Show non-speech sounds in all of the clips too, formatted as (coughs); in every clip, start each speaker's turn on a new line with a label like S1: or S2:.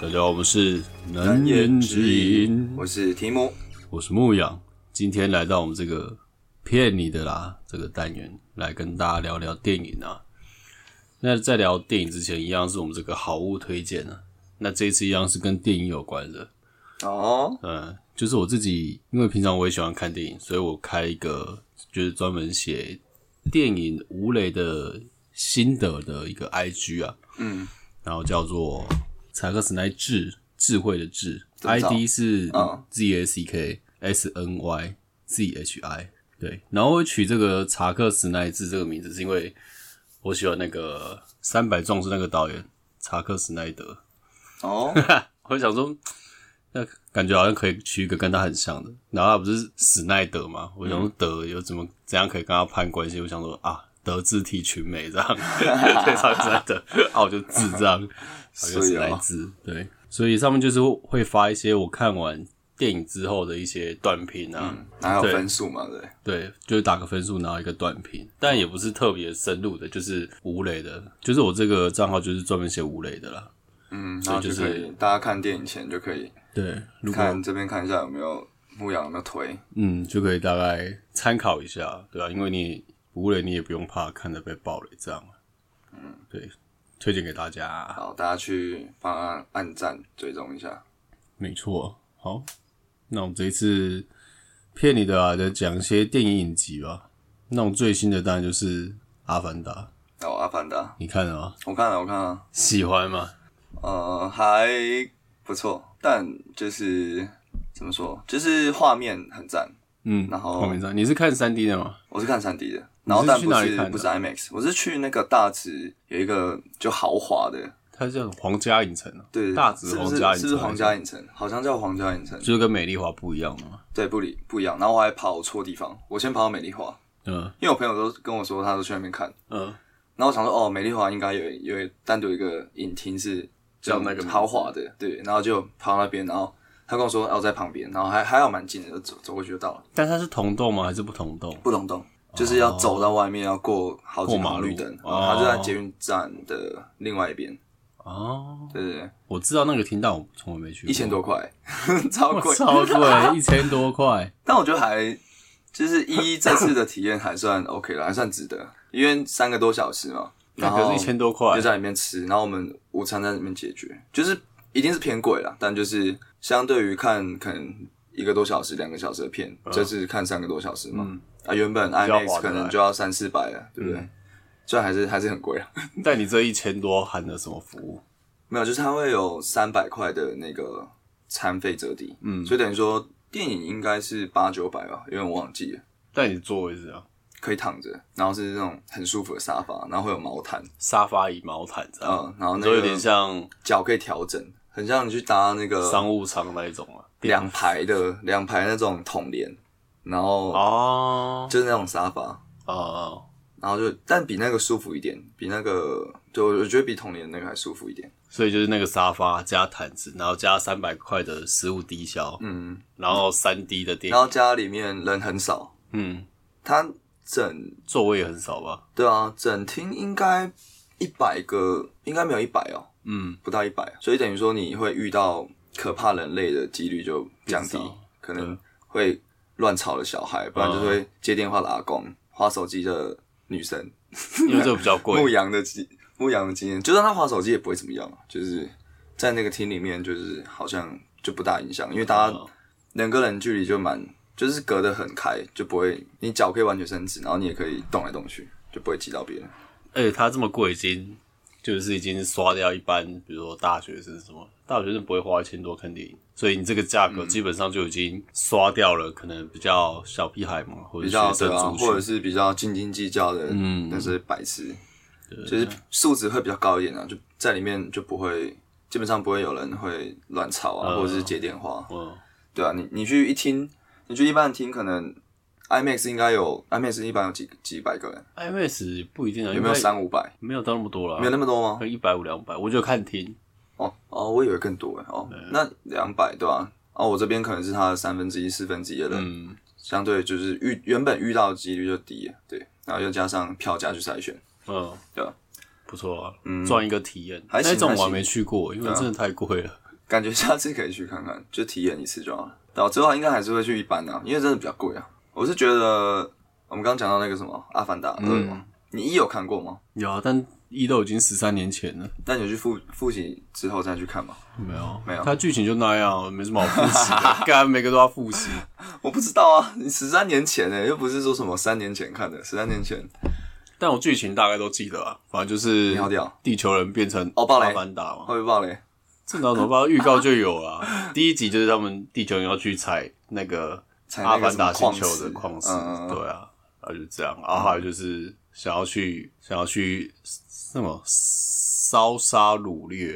S1: 大家好，我们是能言之隐，
S2: 我是提姆，
S1: 我是牧羊。今天来到我们这个骗你的啦这个单元，来跟大家聊聊电影啊。那在聊电影之前，一样是我们这个好物推荐啊。那这一次一样是跟电影有关的，
S2: 哦，
S1: 嗯，就是我自己，因为平常我也喜欢看电影，所以我开一个就是专门写电影吴磊的心得的一个 IG 啊，
S2: 嗯，
S1: 然后叫做查克史奈智智慧的智
S2: 么找
S1: ，ID 是
S2: 嗯
S1: Z A C K S N Y Z H I，对，然后我取这个查克史奈智这个名字是因为我喜欢那个《三百壮士》那个导演查克史奈德， (laughs)
S2: 哦，
S1: 我想说，那感觉好像可以取一个跟他很像的。然后他不是史奈德嘛？我想说德有怎么怎样可以跟他攀关系？我想说啊，德智体群美这样，对，超史奈德，啊，我就智这样，我就史奈智，对。所以上面就是会发一些我看完电影之后的一些短评啊，
S2: 哪有
S1: 对
S2: 分数嘛？对，
S1: 对，就是打个分数，然后一个短评，但也不是特别深入的，就是吴磊的，就是我这个账号就是专门写吴磊的啦。
S2: 嗯，然后
S1: 就
S2: 就是可以，大家看电影前就可以
S1: 对，如果
S2: 看这边看一下有没有牧羊有没有推，
S1: 嗯，就可以大概参考一下，对吧、因为你无雷，你也不用怕看着被爆雷这样。嗯，对，推荐给大家，
S2: 好，大家去帮他按赞追踪一下。
S1: 没错。好，那我们这一次骗你的啊，就讲一些电影影集吧。那种最新的当然就是《阿凡达》，
S2: 哦，阿凡达，
S1: 你看了吗？
S2: 我看了，我看了，
S1: 喜欢吗？
S2: 呃，还不错，但就是怎么说，就是画面很赞。
S1: 嗯，
S2: 然后
S1: 后面上你是看三 D 的吗？
S2: 我是看三 D 的，
S1: 你
S2: 然后
S1: 是
S2: 但
S1: 去
S2: 不
S1: 哪里
S2: 是
S1: 看的
S2: 不是 IMAX，我是去那个大直有一个就豪华的，
S1: 它叫皇家影城啊，
S2: 对，
S1: 大直
S2: 是不
S1: 皇
S2: 是
S1: 家影城
S2: 是不是皇家影城？好像叫皇家影城，
S1: 就是跟美丽华不一样的嘛。
S2: 对，不理不一样。然后我还跑错地方，我先跑到美丽华，
S1: 嗯
S2: 因为我朋友都跟我说他都去那边看，
S1: 嗯，
S2: 然后我想说哦，美丽华应该有有单独一个影厅是
S1: 叫那个名字
S2: 豪华的，对，然后就跑到那边，然后他跟我说哦在旁边，然后还还好蛮近的，就走走过去就到了，
S1: 但它是同栋吗？还是不同栋？
S2: 不懂懂。就是要走到外面，要过好几
S1: 过马
S2: 条
S1: 路
S2: 绿灯，然
S1: 哦
S2: 后他就在捷运站的另外一边，
S1: 哦，
S2: 对对对，
S1: 我知道那个厅，但我从来没去过。
S2: 一千多块， (laughs)
S1: (laughs)
S2: 超贵
S1: 哇，，超 (laughs)
S2: (laughs)
S1: 贵，一千多块。
S2: 但我觉得还就是一一这次的体验还算 OK 了，还算值得，因为三个多小时嘛，
S1: 那
S2: 然
S1: 可
S2: 后
S1: 是一千多块
S2: 就，在里面吃，然后我们午餐在里面解决，就是一定是偏贵啦，但就是相对于看可能一个多小时、两个小时的片，这次看三个多小时嘛，啊，原本
S1: 嗯较划
S2: IMAX
S1: 得
S2: 可
S1: 来嗯
S2: 能就要三四百了，对不对？所以还是还是很贵啊。 (laughs)
S1: 但你这一千多含了什么服务？
S2: 没有，就是它会有三百块的那个餐费折抵，嗯，所以等于说电影应该是八九百吧，因为我忘记了。
S1: 但你座位是这样，
S2: 可以躺着，然后是那种很舒服的沙发，然后会有毛毯，
S1: 沙发椅、毛毯这样，
S2: 嗯，然后那
S1: 都有点
S2: 个
S1: 像
S2: 脚可以调整，很像你去搭那个
S1: 商务舱那一种啊。
S2: 两排
S1: (laughs)
S2: 的两排那种统联，然后
S1: 哦
S2: 就是那种沙发，
S1: 哦，
S2: 然后就但比那个舒服一点，比那个就我觉得比统联那个还舒服一点，
S1: 所以就是那个沙发加毯子，然后加三百块的食物低消，
S2: 嗯，
S1: 然后三 D 的电
S2: 然
S1: 影，
S2: 后家里面人很少，
S1: 嗯，
S2: 它整
S1: 座位也很少吧？
S2: 对啊，整厅应该一百个，应该没有一百哦，
S1: (laughs) 嗯，
S2: 不到一百，所以等于说你会遇到可怕人类的几率就降低
S1: 变少，嗯
S2: 可能会乱吵的小孩，不然就是会接电话的阿公、划手机的女生、
S1: 因为这个比较
S2: 牧
S1: 贵，
S2: 羊的经牧羊的经验，就算他划手机也不会怎么样啊，就是在那个厅里面，就是好像就不大影响，因为大家
S1: 哦
S2: 人跟人距离就蛮，就是隔得很开，就不会你脚可以完全伸直，然后你也可以动来动去，就不会挤到别人。
S1: 而且它这么贵，已经就是已经刷掉一般，比如说大学生什么，大学生不会花一千多看电影，所以你这个价格基本上就已经刷掉了，可能比较小屁孩嘛，或者
S2: 比
S1: 学
S2: 较
S1: 生
S2: 对啊，
S1: 族
S2: 或者
S1: 群，
S2: 是比较斤斤计较的，
S1: 嗯
S2: 那些白痴，就是素质会比较高一点啊，就在里面就不会，基本上不会有人会乱吵啊，
S1: 嗯
S2: 或者是接电话，
S1: 嗯，
S2: 对啊，你你去一听，你去一般听，可能 IMAX 应该有 IMAX 一般有几几百个人，
S1: IMAX 不一定啊，
S2: 有没有
S1: 因为
S2: 三五百？
S1: 没有到那么多了，
S2: 没有那么多吗？
S1: 么一百五两百，我就看厅，
S2: 哦哦，我以为更多哎，哦，那两百对吧？哦，我这边可能是他的三分之一、四分之一的人，
S1: 嗯，
S2: 相对就是遇原本遇到的几率就低，对，然后又加上票价去筛选，
S1: 嗯，
S2: 对啊，嗯
S1: 不错啊，赚一个体验。
S2: 还行
S1: 那种我还没去过，因为
S2: 对啊
S1: 真的太贵了。
S2: 感觉下次可以去看看，就体验一次就好了。但我之后应该还是会去一般啊，因为真的比较贵啊。我是觉得我们刚刚讲到那个什么《阿凡达》对吗？
S1: 嗯
S2: 你一有看过吗？
S1: 有啊，但一都已经十三年前了，
S2: 但你有去复复习之后再去看吗？
S1: 没有啊
S2: 没有
S1: 它剧情就那样，啊没什么好复习的，
S2: (laughs)
S1: 干每个都要复习。
S2: 我不知道啊，你十三年前呢、又不是说什么三年前看的，十三年前
S1: 但我剧情大概都记得啊，反正就
S2: 你好
S1: 是
S2: 屌
S1: 地球人变成
S2: 哦暴雷
S1: 阿凡达嘛，
S2: 会不会爆雷？
S1: 这哪有什么办法？预告就有了。啊第一集就是他们地球人要去采那个
S2: 采那
S1: 阿
S2: 个
S1: 凡
S2: 什么
S1: 达星
S2: 矿
S1: 球的
S2: 石
S1: 矿石，
S2: 嗯嗯嗯
S1: 对啊，然后就这样。然后还有就是想要去想要去什么烧杀掳掠，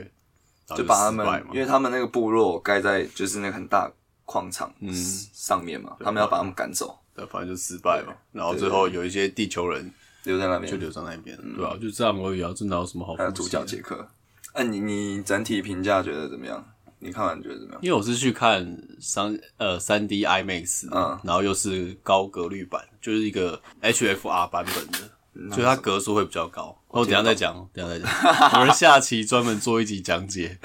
S1: 然后
S2: 就
S1: 就
S2: 把他
S1: 失败
S2: 们
S1: 嘛，
S2: 因为他们那个部落盖在就是那个很大矿场
S1: 嗯
S2: 上面嘛，他们要把他们赶走，
S1: 对，反正就失败嘛。然后最后有一些地球人
S2: 留在那
S1: 就
S2: 边。
S1: 留在那边，对啊，就这样而已啊，这哪有什么好
S2: 嗯还有
S1: 复
S2: 主
S1: 习的
S2: 角？杰克，哎、你你整体评价觉得怎么样？你看完觉得怎么样？
S1: 因为我是去看三呃三 D IMAX，
S2: 嗯
S1: 然后又是高格律版，就是一个 HFR 版本的，所以它格数会比较高。我等一下再讲，等一下再讲。我 (laughs) 们下期专门做一集讲
S2: (laughs)
S1: 解。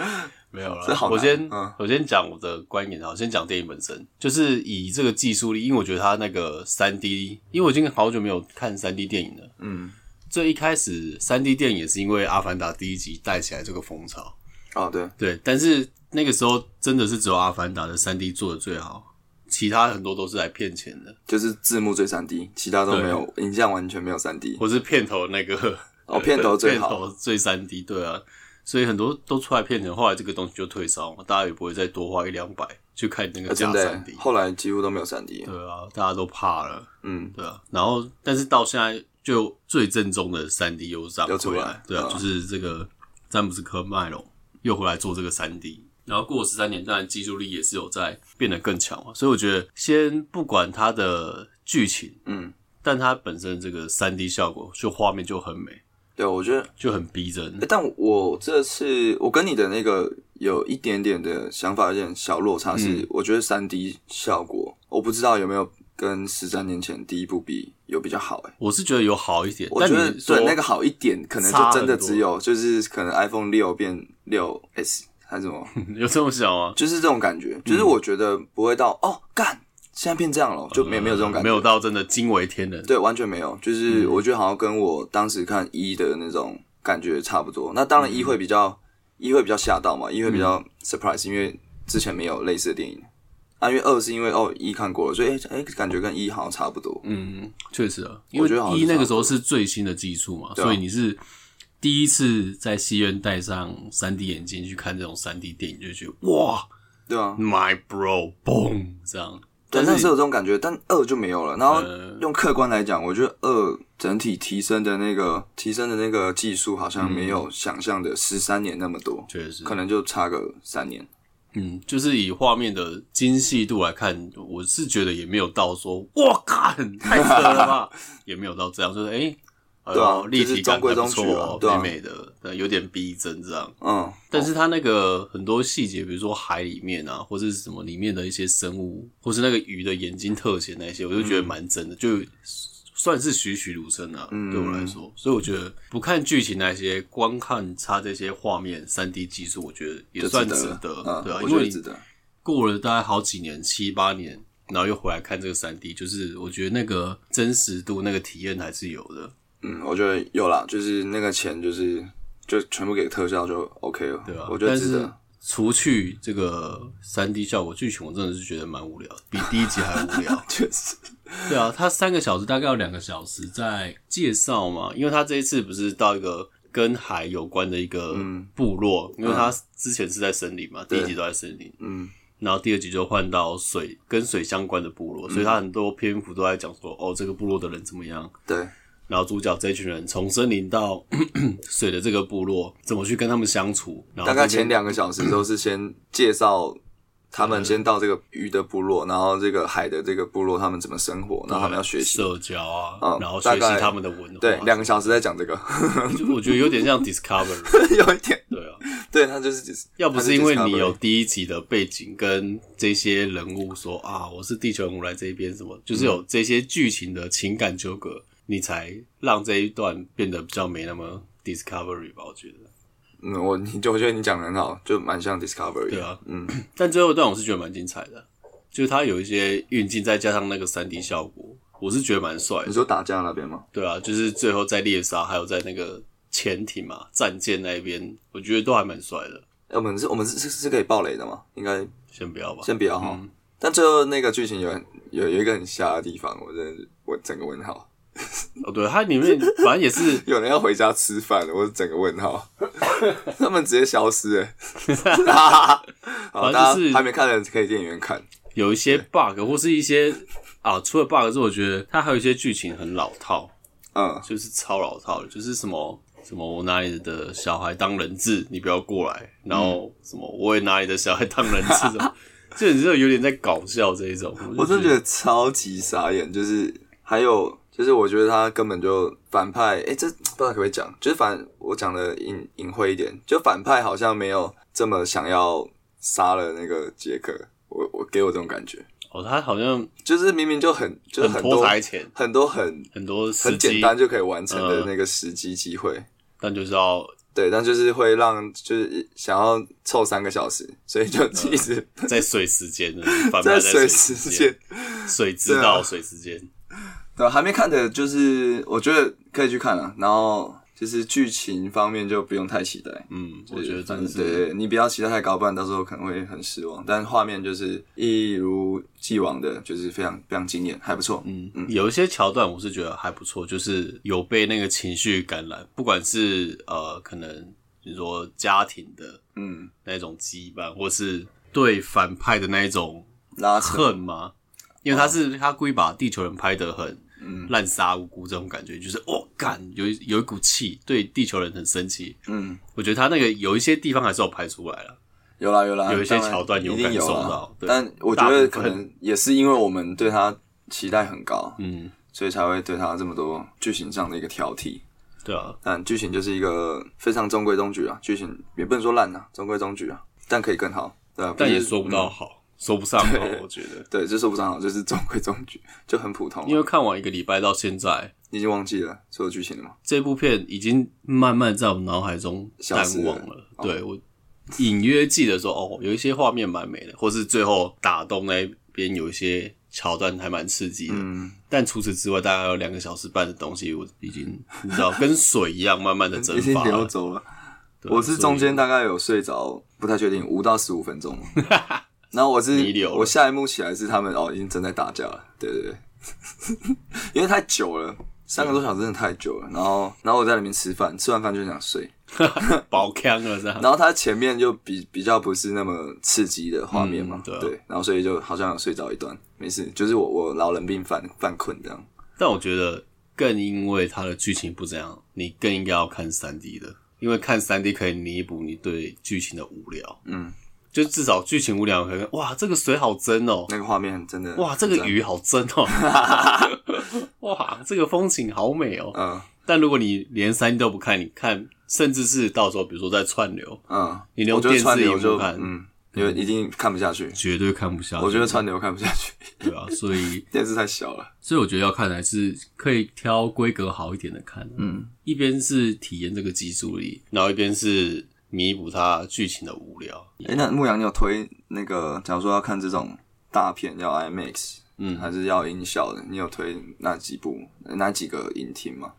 S1: 没有
S2: 这
S1: 了
S2: 好，难
S1: 我先、
S2: 嗯
S1: 我先讲我的观点啊，我先讲电影本身，就是以这个技术力，因为我觉得它那个三 D，因为我已经好久没有看三 D 电影了。
S2: 嗯，
S1: 最一开始三 D 电影也是因为《阿凡达》第一集带起来这个风潮，
S2: 哦，对，
S1: 对，但是那个时候真的是只有《阿凡达》的三 D 做的最好，其他很多都是来骗钱的，
S2: 就是字幕最三 D，其他都没有，影像完全没有三 D。
S1: 或是片头那个
S2: 哦，片头最
S1: (laughs) 片
S2: 好，
S1: 头最三 D，对啊，所以很多都出来骗钱，后来这个东西就退烧嘛，大家也不会再多花一两百去看那个
S2: 啊真
S1: 假
S2: 的
S1: 三
S2: 耶
S1: D，、，
S2: 后来几乎都没有三 D。
S1: 对啊，大家都怕了，
S2: 嗯，
S1: 对啊，然后但是到现在就最正宗的三 D 又涨
S2: 又出
S1: 回
S2: 来
S1: 来，对啊，
S2: 嗯
S1: 就是这个詹姆斯科麦隆又回来做这个三 D，然后过十三年，当然技术力也是有在变得更强嘛，所以我觉得先不管它的剧情，
S2: 嗯，
S1: 但它本身这个三 D 效果就画面就很美，
S2: 对，我觉得
S1: 就很逼真
S2: 欸，但我这次我跟你的那个有一点点的想法，有点小落差是，
S1: 嗯
S2: 我觉得三 D 效果，我不知道有没有跟十三年前第一部比有比较好、欸。哎，
S1: 我是觉得有好一点，
S2: 我
S1: 但
S2: 觉得
S1: 你说
S2: 对那个好一点，可能
S1: 差
S2: 就真的
S1: 很多
S2: 只有就是可能 iPhone 六变六 S 还是
S1: (laughs)
S2: 什么，
S1: (laughs) 有这么想吗？
S2: 就是这种感觉，就是
S1: 嗯
S2: 我觉得不会到、哦干，现在变这样了，就没、没有这种感
S1: 呃
S2: 觉，
S1: 没有到真的惊为天人，
S2: 对，完全没有，
S1: 嗯
S2: 就是我觉得好像跟我当时看一的那种感觉差不多。那当然一
S1: 嗯
S2: 会比较，一会比较吓到嘛，一会比较 surprise，因为之前没有类似的电影。啊，因为二是因为哦一看过了，所以哎哎、感觉跟一好像差不多。
S1: 嗯，确实啊，因
S2: 我
S1: 为
S2: 觉得好像
S1: 一
S2: 是
S1: 那
S2: 差
S1: 个
S2: 不
S1: 时候是最新的技术嘛，
S2: 对啊
S1: 所以你是第一次在戏院戴上三 D 眼镜去看这种三 D 电影，就觉得哇
S2: 对啊，
S1: ，My bro，嘣这样。
S2: 对，
S1: 嗯但
S2: 那
S1: 是
S2: 时候有这种感觉，但二就没有了。然后
S1: 呃
S2: 用客观来讲，我觉得二整体提升的那个提升的那个技术，好像
S1: 嗯
S2: 没有想象的十三年那么多，
S1: 确实，
S2: 可能就差个三年。
S1: 嗯，就是以画面的精细度来看，我是觉得也没有到说哇干太扯了
S2: (laughs)
S1: 吧，也没有到这样，就是哎、哎呦
S2: 对啊
S1: 立
S2: 就是
S1: 体感
S2: 中规
S1: 还不
S2: 中矩
S1: 错
S2: 啊
S1: 哦，
S2: 对啊
S1: 美美的，对有点逼真这样。
S2: 嗯，
S1: 但是它那个很多细节，比如说海里面啊，或者是什么里面的一些生物，或是那个鱼的眼睛特写那些，我就觉得
S2: 嗯
S1: 蛮真的，就算是栩栩如生啊，
S2: 嗯
S1: 对我来说。所以我觉得不看剧情那些，光看它这些画面、三 D 技术，我觉得也
S2: 就
S1: 算值
S2: 值
S1: 得，
S2: 嗯、
S1: 对啊，
S2: 我
S1: 因
S2: 觉
S1: 为
S2: 得值
S1: 你
S2: 得。
S1: 过了大概好几年，七八年，然后又回来看这个三 D，就是我觉得那个真实度、那个体验还是有的。
S2: 嗯，我觉得有啦，就是那个钱就是就全部给特效就 OK 了，
S1: 对啊，
S2: 我觉得
S1: 但
S2: 值
S1: 是
S2: 得。。
S1: 除去这个三 D 效果，剧情我真的是觉得蛮无聊的，比第一集还无聊
S2: (laughs) 确实，
S1: 对啊，他三个小时大概要两个小时在介绍嘛，因为他这一次不是到一个跟海有关的一个
S2: 嗯
S1: 部落，因为他之前是在森林嘛，第一集都在森林，
S2: 嗯，
S1: 然后第二集就换到水跟水相关的部
S2: 嗯
S1: 落，所以他很多篇幅都在讲说，哦，这个部落的人怎么样，
S2: 对，
S1: 然后主角这一群人从森林到 (coughs) 水的这个部落，怎么去跟他们相处，然后
S2: 大概
S1: 这边
S2: 前两个小时都是先介绍他们先到这个鱼的部落，然后这个海的这个部落他们怎么生活，然后他们要学习。
S1: 社交啊，
S2: 嗯
S1: 然后学习
S2: 大概
S1: 他们的文化。
S2: 对，两个小时在讲这个， (laughs)
S1: 就我觉得有点像 Discovery，
S2: 有一点，
S1: 对啊，
S2: 对他就是只
S1: 要不是因为你有
S2: 他
S1: 第一集的背景跟这些人物说啊，我是地球人，我来这边什么，
S2: 嗯
S1: 就是有这些剧情的情感纠葛，你才让这一段变得比较没那么 Discovery 吧，我觉得。
S2: 就是嗯，我你就我觉得你讲的很好，就蛮像 Discovery。
S1: 对啊，嗯， (clears throat) 但最后一段我是觉得蛮精彩的，就是它有一些运镜，再加上那个三 D 效果，我是觉得蛮帅
S2: 你
S1: 的。
S2: 说打架那边吗？
S1: 对啊，就是最后在猎杀，还有在那个潜艇嘛、战舰那边，我觉得都还蛮帅的。
S2: 哎我们是，我们是是是可以爆雷的吗？应该
S1: 先不要吧，嗯
S2: 先不要哈。但最后那个剧情有很有有一个很瞎的地方，我真的是我整个问号。
S1: 哦，对，它里面反正也是
S2: 有人要回家吃饭了，我整个
S1: (laughs)
S2: 问号。他们直接消失了。好，
S1: 反正
S2: 大
S1: 就是
S2: 家还没看的人可以电影院看。
S1: 有一些 bug 或是一些啊，除了 bug 之后，我觉得它还有一些剧情很老套，
S2: 嗯，
S1: 就是超老套的，就是什么什么我拿你的小孩当人质，你不要过来，然后
S2: 嗯
S1: 什么我也拿你的小孩当人质，什么 (laughs) 就你知道有点在搞笑这一种，
S2: 我真的觉
S1: 得
S2: 得超级傻眼，就是还有就是我觉得他根本就反派，哎、这不知道可不可以讲，就是反我讲的隐隐晦一点，就反派好像没有这么想要杀了那个杰克，我我给我这种感觉，
S1: 哦，他好像
S2: 就是明明就很就是
S1: 很
S2: 很
S1: 拖
S2: 多
S1: 台前，
S2: 很多很
S1: 很多时
S2: 很简
S1: 机，
S2: 单就可以完成的
S1: 嗯
S2: 那个时机机会，
S1: 但就是要
S2: 对，但就是会让就是想要凑三个小时，所以就
S1: 嗯
S2: 一直
S1: 在水时间的，反派
S2: 在
S1: 水
S2: 水时
S1: 间，
S2: 间。
S1: 水之
S2: 对
S1: 道，
S2: 啊
S1: 水之间，
S2: 对，啊还没看的，就是我觉得可以去看了、啊然后就是剧情方面就不用太期待，
S1: 嗯，我觉得真的
S2: 对
S1: 是
S2: 对对你不要期待太高，不然到时候可能会很失望。但画面就是一如既往的，就是非常非常惊艳，还不错。嗯，
S1: 有一些桥段我是觉得还不错，就是有被那个情绪感染，不管是呃，可能比如说家庭的
S2: 嗯
S1: 那种羁绊，或是对反派的那一种
S2: 拉扯，
S1: 恨吗？因为他
S2: 哦
S1: 是他故意把地球人拍得很
S2: 嗯
S1: 滥杀无辜这种感觉，就是哦，干有一有一股气，对地球人很生气。
S2: 嗯，
S1: 我觉得他那个有一些地方还是有拍出来了，
S2: 有啦有啦，
S1: 有一些
S2: 当然
S1: 桥段有
S2: 一定有
S1: 感受
S2: 啦
S1: 到对
S2: 但我觉
S1: 大
S2: 得
S1: 部
S2: 可
S1: 分
S2: 能也是因为我们对他期待很高，
S1: 嗯，
S2: 所以才会对他这么多剧情上的一个挑剔。
S1: 对啊，
S2: 但剧情就是一个非常中规中矩啊，剧情也不能说烂啊，中规中矩啊，但可以更好，对啊，
S1: 但也
S2: 就是
S1: 说不到好，说不上好，我觉得。
S2: 对，这说不上好，就是中规中矩，就很普通啊。
S1: 因为看完一个礼拜到现在，
S2: 你已经忘记了所有剧情了吗？
S1: 这部片已经慢慢在我脑海中淡忘
S2: 消失哦
S1: 了。对我隐约记得说，哦，有一些画面蛮美的，或是最后打斗那边有一些桥段还蛮刺激的。
S2: 嗯，
S1: 但除此之外，大概有两个小时半的东西，我已经你知道跟水一样慢慢的蒸
S2: (laughs) 已经
S1: 发 (laughs)
S2: 流
S1: 了。
S2: 走了。
S1: 对啊
S2: 我是中间
S1: 所
S2: 大概有睡着，不太确定，五到十五分
S1: (laughs)
S2: 钟。然后我是
S1: 弥留了
S2: 我下一幕起来是他们哦，已经正在打架了。对对对， (laughs) 因为太久了，三个多小时真的太久了。然后然后我在里面吃饭，吃完饭就想睡。
S1: 以爆坑了这样。
S2: 然后它前面就比比较不是那么刺激的画面嘛
S1: 嗯，对啊
S2: 然后所以就好像有睡着一段，没事，就是我我老人病犯犯困这样，
S1: 但我觉得更因为它的剧情不怎样，你更应该要看三 D 的，因为看三 D 可以弥补你对剧情的无聊。
S2: 嗯，
S1: 就至少剧情无聊，可能哇，这个水好真哦、
S2: 那个画面真的
S1: 哇，这个，鱼好真
S2: (laughs)
S1: 哦、 (laughs) 哇，这个风景好美哦、
S2: 嗯
S1: 但如果你连三 D 都不看，你看，甚至是到时候比如说在串流，
S2: 嗯，
S1: 你连
S2: 我觉得
S1: 电
S2: 川
S1: 视
S2: 流
S1: 荧
S2: 就
S1: 幕看，
S2: 嗯，因为一定看不下去，
S1: 绝对看不下去。
S2: 我觉得川流看不下去， (laughs)
S1: 对啊，所以
S2: 电视太小了，
S1: 所以我觉得要看还是可以挑规格好一点的看、啊
S2: 嗯，
S1: 一边是体验这个技术力，然后一边是弥补它剧情的无聊。
S2: 哎、那牧羊你有推那个，假如说要看这种大片要 IMAX，
S1: 嗯
S2: 还是要音效的，你有推哪几部哪几个影厅吗？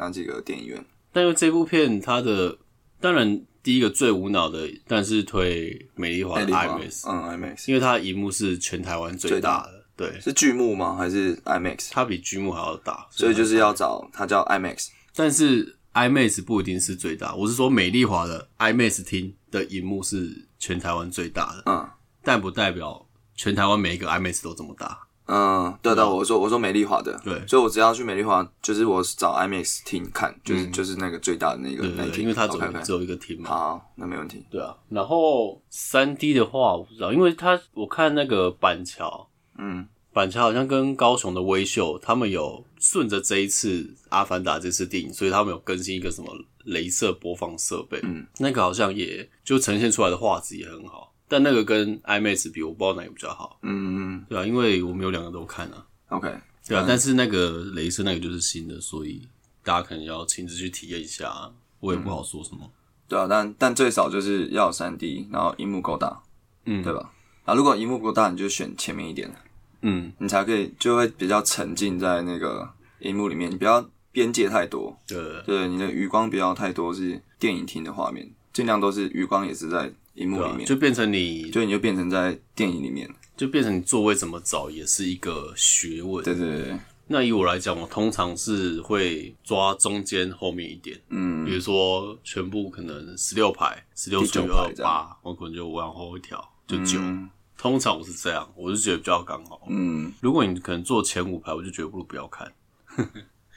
S2: 哪几个电影院？
S1: 但因为这部片它的当然第一个最无脑的，但是推美丽华的
S2: 丽华
S1: 哦 IMAX，
S2: 嗯，IMAX
S1: 因为它的荧幕是全台湾最大的，对，
S2: 是剧目吗？还是 IMAX？
S1: 它比剧目还要大，，
S2: 所以就是是要找它叫 IMAX，
S1: 但是 IMAX 不一定是最大，我是说美丽华的 IMAX 厅的荧幕是全台湾最大的，
S2: 嗯
S1: 但不代表全台湾每一个 IMAX 都这么大，
S2: 嗯，对对，我说我说美丽华的，
S1: 对
S2: 所以我只要去美丽华，就是我找 IMAX 厅看，就是、就是那个最大的那个
S1: 嗯对
S2: 那
S1: 对
S2: 一
S1: 对，
S2: 厅，
S1: 因为它只
S2: OK
S1: 有
S2: OK，
S1: 只有一个厅嘛，
S2: 好，那没问题，
S1: 对啊。然后三 D 的话，我不知道，因为它我看那个板桥，
S2: 嗯，
S1: 板桥好像跟高雄的微秀他们有顺着这一次《阿凡达》这次电影，所以他们有更新一个什么镭射播放设备，
S2: 嗯，
S1: 那个好像也就呈现出来的画质也很好，但那个跟 IMAX 比，我不知道哪个比较好，
S2: 嗯嗯嗯
S1: 对啊，因为我们有两个都看啊，
S2: ，OK，
S1: 对啊，但是那个镭啊
S2: 嗯
S1: 射那个就是新的，所以大家可能要亲自去体验一下，我也不好说什么。
S2: 对啊，但但最少就是要三 D，然后荧幕够大，
S1: 嗯
S2: 对吧？啊，如果荧幕够大，你就选前面一点，
S1: 嗯，
S2: 你才可以就会比较沉浸在那个荧幕里面，你不要边界太多，
S1: 对，
S2: 对，啊你的余光不要太多是电影厅的画面，尽量都是余光也是在荧幕
S1: 对
S2: 里
S1: 啊
S2: 面，
S1: 就变成你
S2: 就你就变成在电影里面，
S1: 就变成你座位怎么找也是一个学问。
S2: 对对对对，
S1: 那以我来讲，我通常是会抓中间后面一点，
S2: 嗯，
S1: 比如说全部可能十六排，十六
S2: 第
S1: 除
S2: 九
S1: 以
S2: 排
S1: 二
S2: 这
S1: 八
S2: 样，
S1: 我可能就往后一条就九、
S2: 嗯
S1: 通常我是这样，我就觉得比较刚好。
S2: 嗯，
S1: 如果你可能坐前五排，我就觉得不如不要看。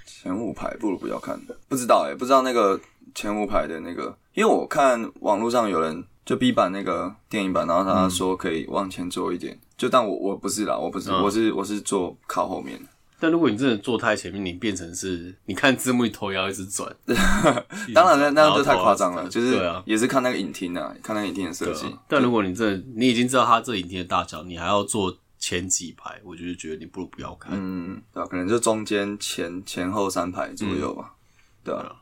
S2: 前五排不如不要看，不知道哎、不知道那个前五排的那个，因为我看网络上有人就 B 版那个电影版，然后他
S1: 嗯
S2: 说可以往前坐一点，就但我我不是啦，我不是，
S1: 嗯
S2: 我是我是坐靠后面，
S1: 但如果你真的坐太前面，你变成是你看字幕，你头也要一直转。
S2: 当然了，那
S1: 然
S2: 样
S1: 后
S2: 就太
S1: 头
S2: 夸张了，
S1: 要
S2: 就
S1: 对
S2: 是
S1: 啊，
S2: 也是看那个影厅啊，看那个影厅的设
S1: 对
S2: 计
S1: 啊。但如果你真的你已经知道它这影厅的大小，你还要坐前几排，我就是觉得你不如不要看。
S2: 嗯，对啊，可能就中间前前后三排左右
S1: 嗯
S2: 吧。对啊，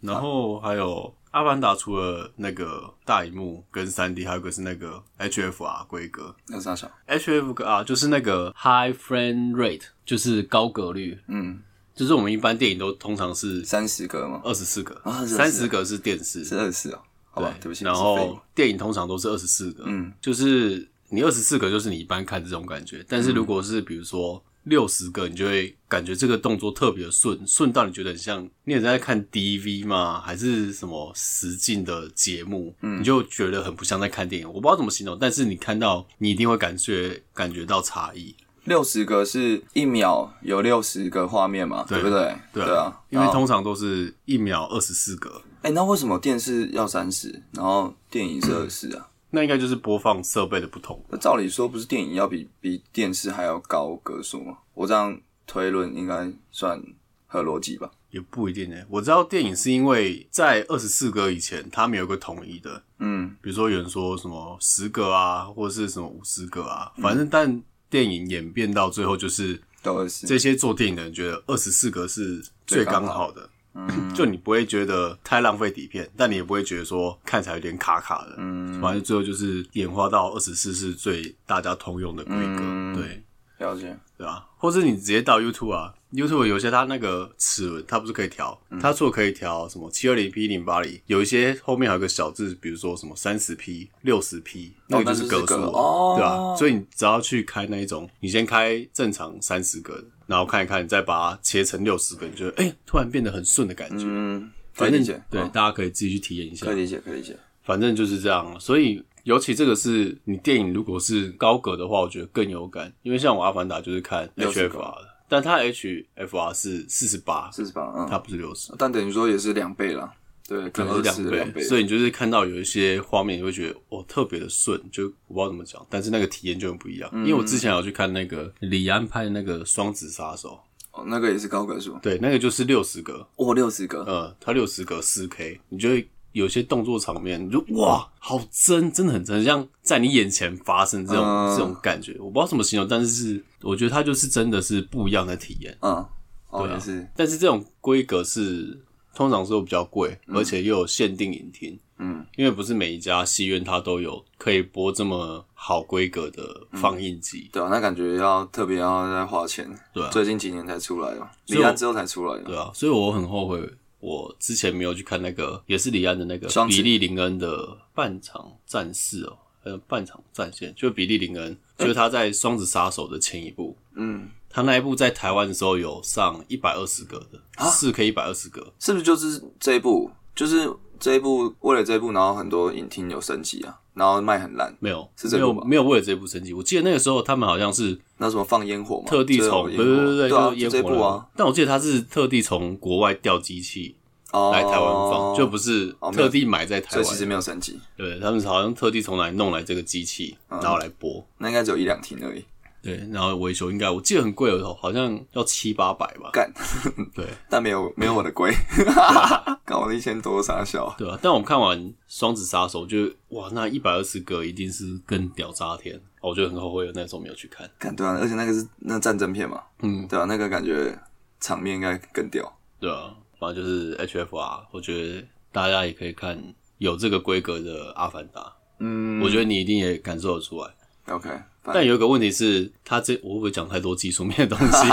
S1: 然后还有《阿凡达》，除了那个大荧幕跟三 D，还有一个是那个 HFR 规格。
S2: 那是大小，
S1: HFR 啊就是那个 High Frame Rate，就是高格率，
S2: 嗯，
S1: 就是我们一般电影都通常是
S2: 三十个吗？
S1: 二十四格，
S2: 啊是
S1: 三十格是电视，
S2: 是二十四哦，好吧，对不起，
S1: 然
S2: 我是废
S1: 后
S2: 物
S1: 电影通常都是二十四格，
S2: 嗯，
S1: 就是你二十四格就是你一般看这种感觉，但
S2: 嗯
S1: 是如果是比如说六十个，你就会感觉这个动作特别顺，顺到你觉得很像你也在看 DV 吗？还是什么实境的节目？嗯，你就觉得很不像在看电影，我不知道怎么形容，但是你看到你一定会感觉感觉到差异，
S2: 六十个是一秒有六十个画面嘛，
S1: 对
S2: 对不对？
S1: 对
S2: 啊，
S1: 因为
S2: 然后
S1: 通常都是一秒二十四格，
S2: 哎，那为什么电视要三十，然后电影是二十啊？
S1: 那应该就是播放设备的不同。
S2: 那照理说不是电影要比比电视还要高格数吗？我这样推论应该算合逻辑吧？
S1: 也不一定呢、我知道电影是因为在二十四格以前，他们有个统一的，
S2: 嗯，
S1: 比如说有人说什么十格啊，或者是什么五十格啊，反正但电影演变到最后，就是
S2: 都二十。
S1: 这些做电影的人觉得二十四格是最刚好的，
S2: 嗯
S1: (clears throat) 就你不会觉得太浪费底片，但你也不会觉得说看起来有点卡卡的，
S2: 嗯
S1: 反正最后就是演化到二十四是最大家通用的规格，
S2: 嗯
S1: 对。
S2: 了解。
S1: 对啊，或是你直接到 YouTube 啊，YouTube 有些它那个齿轮它不是可以调，它除了可以调什么七二零 P 零八零，有一些后面还有个小字，比如说什么三十 P、六十 P，那个就是格数
S2: 那就是
S1: 了，
S2: 格哦
S1: 对啊，所以你只要去开那一种，你先开正常三十格的，然后看一看，你再把它切成六十格，你觉得哎、突然变得很顺的感觉。
S2: 嗯，可
S1: 反
S2: 以
S1: 正
S2: 理解，
S1: 对，啊
S2: 嗯
S1: 大家可以自己去体验一下
S2: 可以。理解，可以理解。
S1: 反正就是这样，所以尤其这个是你电影如果是高格的话，我觉得更有感，因为像我阿凡达就是看
S2: 60
S1: HFR
S2: 格
S1: 的，但它 HFR 是四十八，
S2: 四十八，嗯，
S1: 它不是六十，
S2: 但等于说也是两倍啦，对，
S1: 可
S2: 跟
S1: 能是
S2: 二四
S1: 两
S2: 两
S1: 倍，
S2: 倍，
S1: 所
S2: 以
S1: 以你就是看到有一些画面，你会觉得哦特别的顺，就我不知道怎么讲，但是那个体验就很不一样。因为我之前有去看那个李安拍的那个《双子杀手》，
S2: 哦，那个也是高个数，
S1: 对，那个就是六十格，
S2: 哦，六十个，
S1: 呃，它六十格四 K，你就会有些动作场面，你就哇，好真，真的很真，像在你眼前发生这种、
S2: 嗯
S1: 这种感觉，我不知道怎么形容，但是我觉得它就是真的是不一样的体验。
S2: 嗯，哦，
S1: 对啊
S2: 也是，
S1: 但是这种规格是通常是会比较贵，而且又有限定影厅，
S2: 嗯，
S1: 因为不是每一家戏院它都有可以播这么好规格的放映机。
S2: 对啊，那感觉要特别要再花钱，
S1: 对啊
S2: 最近几年才出来吧，
S1: 以我
S2: 离岸之后才出来的，
S1: 哦对啊，所以我很后悔，我之前没有去看那个，也是李安的那个
S2: 双子
S1: 比利林恩的半场战士哦，呃，半场战线，就比利林恩，就是他在《双子杀手》的前一部，
S2: 嗯，
S1: 他那一部在台湾的时候有上一百二十个的，四 K 一百二十个，
S2: 是不是就是这一部，就是这一部为了这一部，然后很多影厅有升级啊，然后卖很烂，
S1: 没有，
S2: 是
S1: 没
S2: 这部
S1: 有
S2: 吧
S1: 没有为了这部升级，我记得那个时候他们好像是
S2: 那什么放烟火嘛，
S1: 特地
S2: 最
S1: 从
S2: 后
S1: 对
S2: 烟火
S1: 对对对，
S2: 对啊，
S1: 就
S2: 就
S1: 烟
S2: 这一
S1: 火
S2: 部啊，，
S1: 但我记得他是特地从国外调机器
S2: 哦，
S1: 来台湾放，就不是
S2: 没有
S1: 特地买在台
S2: 所以
S1: 湾
S2: 其，实没有升级，
S1: 对他们好像特地从哪里弄来这个机器，
S2: 嗯
S1: 然后来播。
S2: 那应该只有一两厅而已，
S1: 对，然后维修应该我记得很贵哦，好像要七八百吧。
S2: 干，
S1: 对
S2: 但没有没有我的贵，
S1: 啊
S2: (laughs) 干我的一千多傻笑。
S1: 对啊，但我们看完《双子杀手》就哇，那一百二十个一定是更屌炸天，哦我觉得很后悔那时候没有去看。
S2: 看对啊，而且那个是那战争片嘛，
S1: 嗯，
S2: 对啊，那个感觉场面应该更屌。
S1: 对啊，反正就是 HFR，我觉得大家也可以看，有这个规格的《阿凡达》，
S2: 嗯，
S1: 我觉得你一定也感受得出来。
S2: 得 OK，反
S1: 但有一个问题是，他这我会不会讲太多技术面的东
S2: (laughs)
S1: 西？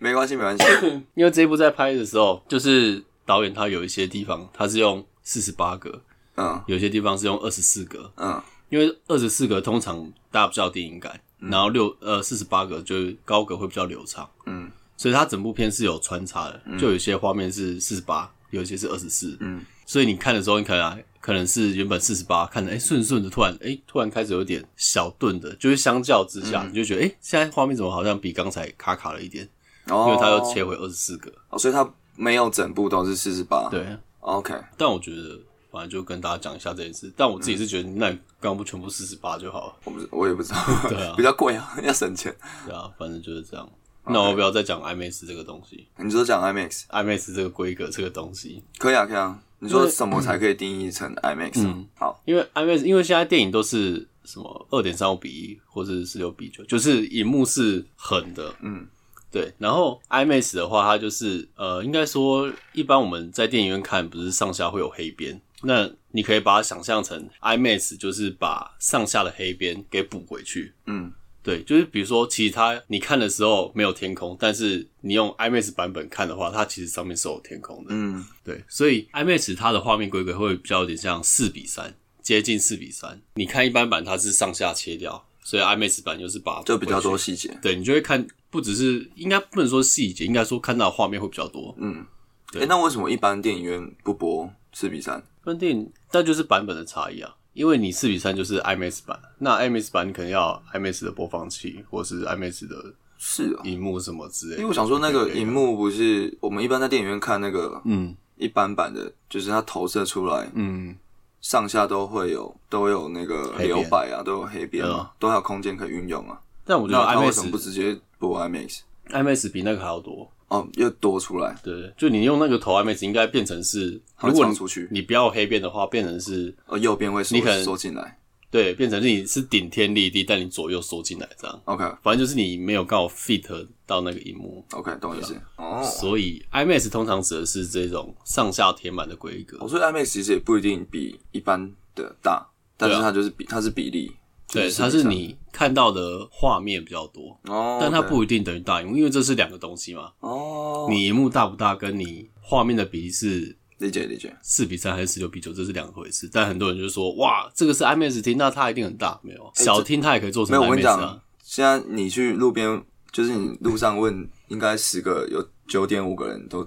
S2: 没关系，没关系。 (coughs)
S1: 因为这一部在拍的时候，就是导演他有一些地方他是用四十八格，
S2: 嗯
S1: 有些地方是用二十四格，
S2: 嗯
S1: 因为二十四格通常大家比较有电影感，然后六呃四十八格就是高格会比较流畅，
S2: 嗯，
S1: 所以它整部片是有穿插的，就有些画面是四十八，有些是二十四，
S2: 嗯，
S1: 所以你看的时候，你可能、啊、可能是原本四十八看的，哎顺顺的，突然哎、诶突然开始有点小顿的，就是相较之
S2: 嗯
S1: 下，你就觉得哎、诶现在画面怎么好像比刚才卡卡了一点，
S2: 哦，
S1: 因为它又切回二十四格，
S2: 哦，所以它没有整部都是四十八。哦
S1: 对，
S2: ，OK，
S1: 但我觉得。反正就跟大家讲一下这件事，但我自己是觉得，那你刚不全部四十八就好了，
S2: 我不是我也不知道，
S1: 对啊
S2: (laughs) 比较贵啊，要省钱。
S1: 对啊，反正就是这样。那我不要再讲 IMAX 这个东西
S2: 你说讲 IMAX
S1: ，IMAX 这个规格这个东西，
S2: 可以啊，可以啊。你说什么才可以定义成 IMAX？嗯，好，
S1: 因为 IMAX 因为现在电影都是什么二点三五比一或者是六比九，就是荧幕是横的，
S2: 嗯，
S1: 对。然后 IMAX 的话，它就是呃，应该说一般我们在电影院看不是上下会有黑边，那你可以把它想象成 IMAX 就是把上下的黑边给补回去，
S2: 嗯
S1: 对，就是比如说，其他你看的时候没有天空，但是你用 IMAX 版本看的话，它其实上面是有天空的。
S2: 嗯
S1: 对，所以 IMAX 它的画面规格会比较有点像四比三，接近四比三。你看一般版它是上下切掉，所以 IMAX 版就是把它
S2: 就比较多
S1: 回去。
S2: 细节。
S1: 对你就会看，不只是应该不能说细节，应该说看到的画面会比较多。
S2: 嗯诶，那为什么一般电影院不播四比三？
S1: 分电影，但就是版本的差异啊。因为你四比三就是 IMAX 版，那 IMAX 版你可能要 IMAX 的播放器，或是 IMAX 的
S2: 是啊，
S1: 荧幕什么之类的。
S2: 因为我想说那个荧幕不是我们一般在电影院看那个
S1: 嗯
S2: 一般版的，就是它投射出来
S1: 嗯，
S2: 上下都会有都有那个
S1: 黑边
S2: 留白啊，都有黑边
S1: 对
S2: 嘛，都还有空间可以运用啊。
S1: 但我觉得
S2: 那它为什么不
S1: IMAX
S2: 直接播 IMAX？
S1: IMAX 比那个还要多。
S2: 哦，又多出来，
S1: 对，就你用那个头 IMAX 应该变成是，
S2: 它
S1: 如
S2: 会
S1: 果
S2: 冲
S1: 你
S2: 出去，
S1: 你不要黑边的话，变成是
S2: 呃，右边会缩
S1: 你可能
S2: 缩进来。
S1: 对，变成是你是顶天立地，但你左右缩进来这样。
S2: OK
S1: 反正就是你没有刚好 fit 到那个荧幕，
S2: OK，懂我意思。
S1: 啊
S2: 哦，
S1: 所以 IMAX 通常指的是这种上下填满的规格
S2: 哦。所以 IMAX 其实也不一定比一般的大，但是
S1: 对啊
S2: 它就是比它是比例，
S1: 对，
S2: 就是
S1: 它是
S2: 这样
S1: 你看到的画面比较多，
S2: 哦，
S1: 但它
S2: OK
S1: 不一定等于大荧幕，因为这是两个东西嘛。
S2: 哦，
S1: 你荧幕大不大，跟你画面的比例是
S2: 理解理解，
S1: 四比三还是十六比九，这是两回事。但很多人就说，哇，这个是 IMAX 厅，那它一定很大，没有小厅它也可以做成
S2: 哎没有我跟你
S1: IMAX
S2: 讲
S1: 啊。，
S2: 现在你去路边，就是你路上问， (laughs) 应该十个有九点五个人都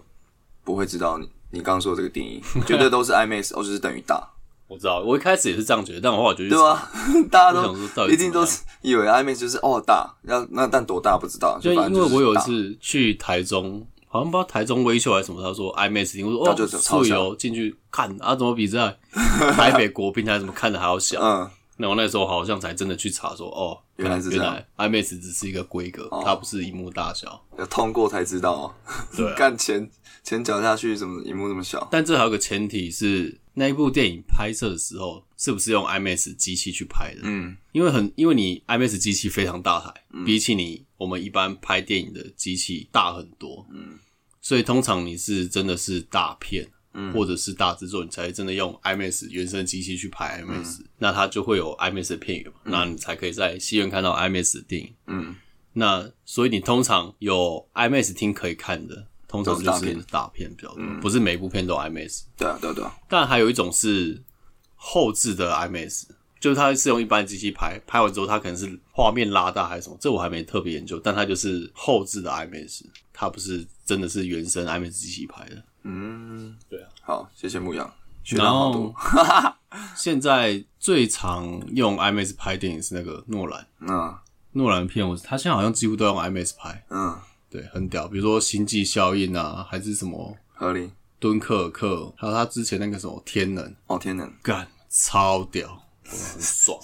S2: 不会知道你你刚刚说的这个定
S1: (laughs)
S2: 义，绝对都是 IMAX，哦，就是等于大，
S1: 我知道，我一开始也是这样觉得，但我后来就去
S2: 对啊
S1: 查，
S2: 吧？大家
S1: 我想说到
S2: 都
S1: 底
S2: 一定
S1: 怎么
S2: 都是以为 IMAX 就是哦大，要那但多大不知道，
S1: 就
S2: 就反
S1: 因
S2: 正
S1: 为
S2: 就是
S1: 我有一
S2: 大
S1: 次去台中，好像不知道台中微秀还是什么，他说 IMAX 厅，我说
S2: 那
S1: 哦
S2: 就，超小
S1: 素游进去看啊，怎么比在台北国宾还是怎么看的还要小？
S2: 嗯
S1: 然后那时候好像才真的去查说，哦，
S2: 原来是这
S1: 原
S2: 样哦
S1: 来 IMAX 只是一个规格，它不是荧幕大小。
S2: 要通过才知道、哦，
S1: 对啊
S2: (laughs) 干前前脚下去怎么荧幕这么小？
S1: 但这还有个前提是，那一部电影拍摄的时候是不是用 IMAX 机器去拍的？
S2: 嗯，
S1: 因为很，因为你 IMAX 机器非常大台，比起你我们一般拍电影的机器大很多，嗯，所以通常你是真的是大片，嗯，或者是大制作，你才真的用 IMAX 原生机器去拍 IMAX，、那它就会有 IMAX 的片源嘛，那你才可以在戏院看到 IMAX 的电影，
S2: 嗯，
S1: 那所以你通常有 IMAX 厅可以看的，通常就
S2: 都是大
S1: 是大片比较多，不是每一部片都有 IMAX，
S2: 对啊，对啊，对啊，
S1: 但还有一种是后置的 IMAX，就是它是用一般机器拍，拍完之后它可能是画面拉大还是什么，这我还没特别研究，但它就是后置的 IMAX，它不是真的是原生 IMAX 机器拍的。
S2: 嗯，
S1: 对啊。
S2: 好，谢谢牧羊，学
S1: 然
S2: 到好
S1: 后
S2: 多。 (laughs)
S1: 现在最常用 IMAX 拍电影是那个诺兰，
S2: 嗯
S1: 诺兰片我他现在好像几乎都用 IMAX 拍，
S2: 嗯，
S1: 对，很屌，比如说《星际效应》啊，还是什么
S2: 合理。
S1: 《敦刻尔克》，还有他之前那个什么《天能》，
S2: 哦，天能，
S1: 干超屌，我很爽。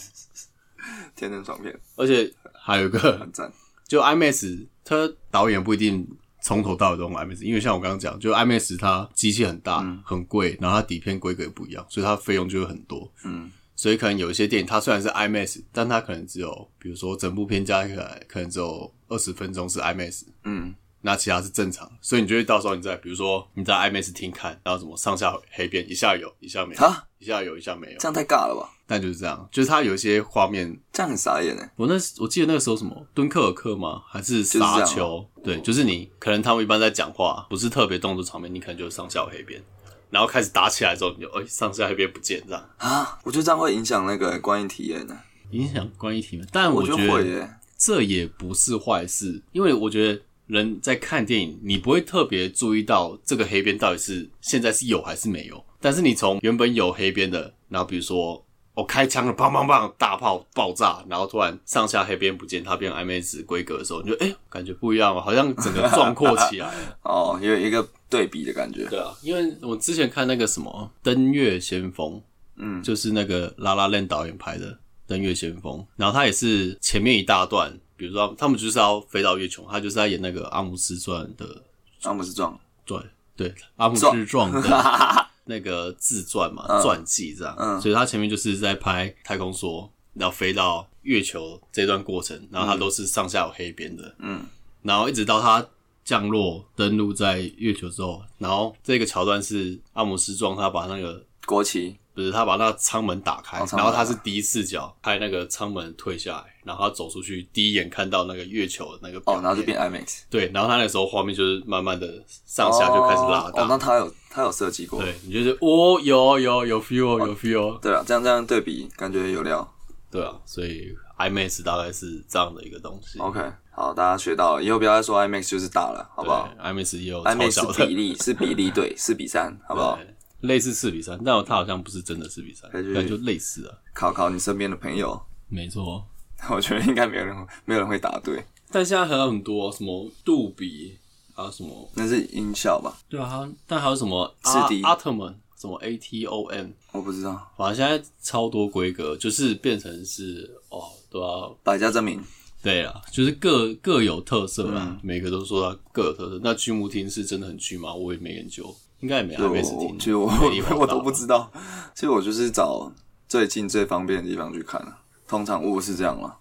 S2: 天能爽片，
S1: 而且还有一个 (laughs)
S2: 很赞。
S1: 就 IMAX，它导演不一定从头到尾都用 IMAX，因为像我刚刚讲，就 IMAX 它机器很大、很贵，然后它底片规格也不一样，所以它费用就会很多。
S2: 嗯，
S1: 所以可能有一些电影，它虽然是 IMAX，但它可能只有，比如说整部片加起来，可能只有二十分钟是 IMAX，
S2: 嗯，
S1: 那其他是正常，所以你就会到时候你在比如说你在 IMAX 厅看，然后什么上下黑边一下有一下没有
S2: 啊，
S1: 一下有一下没有
S2: 这，样太尬了吧？
S1: 但就是这样，就是它有一些画面
S2: 这样很傻眼哎、
S1: 我那我记得那个时候什么敦刻尔克吗？还是沙
S2: 就是这啊
S1: 丘？对，就是你可能他们一般在讲话，不是特别动作场面，你可能就是上下黑边，然后开始打起来之后，你就哎、上下黑边不见这样，
S2: 啊！我觉得这样会影响那个观影体验的、
S1: 影响观影体验。但
S2: 我
S1: 觉
S2: 得会耶、
S1: 得这也不是坏事，因为我觉得人在看电影，你不会特别注意到这个黑边到底是现在是有还是没有，但是你从原本有黑边的，然后比如说。我、开枪了，砰砰砰，大炮爆炸，然后突然上下黑边不见，它变 IMAX 规格的时候，你就哎、感觉不一样了，好像整个壮阔起来了。
S2: 哦，有一个对比的感觉。
S1: 对啊，因为我之前看那个什么《登月先锋》，
S2: 嗯
S1: 就是那个拉拉链导演拍的《登月先锋》，然后他也是前面一大段，比如说他们就是要飞到月球，他就是在演那个阿姆斯壮的
S2: 阿姆斯壮，
S1: 传，对，阿姆斯壮的
S2: (laughs)
S1: 那个自传嘛，
S2: 嗯
S1: 传记这样，所以他前面就是在拍太空梭，然后飞到月球这段过程，然后他都是上下有黑边的，
S2: 嗯，
S1: 然后一直到他降落登陆在月球之后，然后这个桥段是阿姆斯壮他把那个
S2: 国旗
S1: 不是，他把那舱门打开，
S2: 哦舱门
S1: 然后他是第一视角拍那个舱门退下来，然后他走出去，第一眼看到那个月球的那个表
S2: 哦，
S1: 面
S2: 然后就变 IMAX，
S1: 对，然后他那时候画面就是慢慢的上下就开始拉
S2: 哦，
S1: 大，
S2: 哦那他有他有设计过，
S1: 对你就是哦，有有有 feel 哦有 feel，哦
S2: 对啊，这样这样对比感觉有料。
S1: 对啊，所以 IMAX 大概是这样的一个东西，
S2: OK，好，大家学到了，以后不要再说 IMAX 就是大了，好
S1: 对
S2: 不好
S1: ？IMAX 也有超小
S2: ？IMAX 是比哦
S1: 的，
S2: 例 (laughs) 是比例对，四比三，好不好？
S1: 对类似四比三，但它好像不是真的四比三，
S2: 可以去
S1: 但就类似啊，
S2: 考考你身边的朋友， (laughs)
S1: 没错。
S2: 我觉得应该没有人没有人会答对，
S1: 但现在还有很多什么杜比，还有什么
S2: 那是音效吧？
S1: 对啊，还有但还有什么
S2: 是
S1: 阿
S2: 的
S1: 阿特曼，什么 A T O M，
S2: 我不知道，
S1: 反正现在超多规格，就是变成是哦，都要
S2: 百家争鸣，
S1: 对啊，就是各各有特色啦，
S2: 嗯
S1: 每个都说它各有特色。那剧目厅是真的很剧吗？我也没研究，应该也没还啊
S2: 对
S1: 没
S2: 我
S1: 试听，
S2: 其实我
S1: 没地方
S2: 我 (laughs) 我
S1: 打
S2: 都不知道，其实我就是找最近最方便的地方去看啊通常我是这样啦，
S1: 啊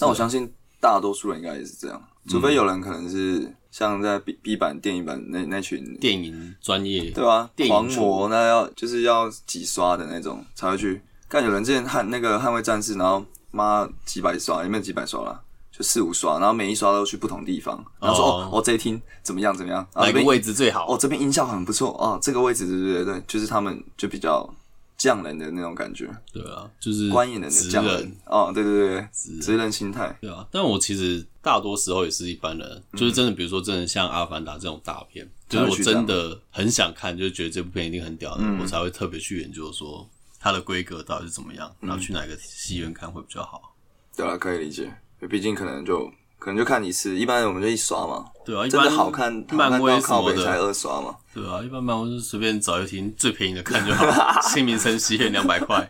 S2: 但我相信大多数人应该也是这样，
S1: 嗯
S2: 除非有人可能是像在 B B 版、电影版那那群，
S1: 电影专业
S2: 对吧、
S1: 电影
S2: 狂
S1: 厨
S2: 魔那要就是要几刷的那种才会去。看有人之前捍那个捍卫战士，然后妈几百刷，有没有几百刷啦？就四五刷，然后每一刷都去不同地方，然后说
S1: 哦
S2: 哦哦这一厅怎么样怎么样，啊
S1: 哪
S2: 这
S1: 个
S2: 边
S1: 位置最好？
S2: 哦，这边音效很不错哦，这个位置对对对，就是他们就比较匠人的那种感觉，
S1: 对啊，就是
S2: 观影人的
S1: 职
S2: 匠人
S1: 人。
S2: 哦，对对对对，职人心态，
S1: 对啊，但我其实大多时候也是一般人，就是真的，比如说真的像《阿凡达》这种大片，就
S2: 才
S1: 是
S2: 嗯会
S1: 我
S2: 去
S1: 真的很想看，就是觉得这部片一定很屌的，
S2: 嗯
S1: 我才会特别去研究说它的规格到底是怎么样，然后
S2: 嗯
S1: 去哪个戏院看会比较好。
S2: 对啊了，可以理解，毕竟可能就可能就看一次，一般人我们就一刷嘛，
S1: 对啊，一
S2: 真
S1: 般
S2: 的好看，好
S1: 漫
S2: 看
S1: 威
S2: 到
S1: 什
S2: 靠
S1: 么
S2: 北才
S1: 的，
S2: 二刷嘛，
S1: 对啊，一般漫威就是随便找一厅最便宜的看就好
S2: (laughs)
S1: 了，新民生戏院两百块，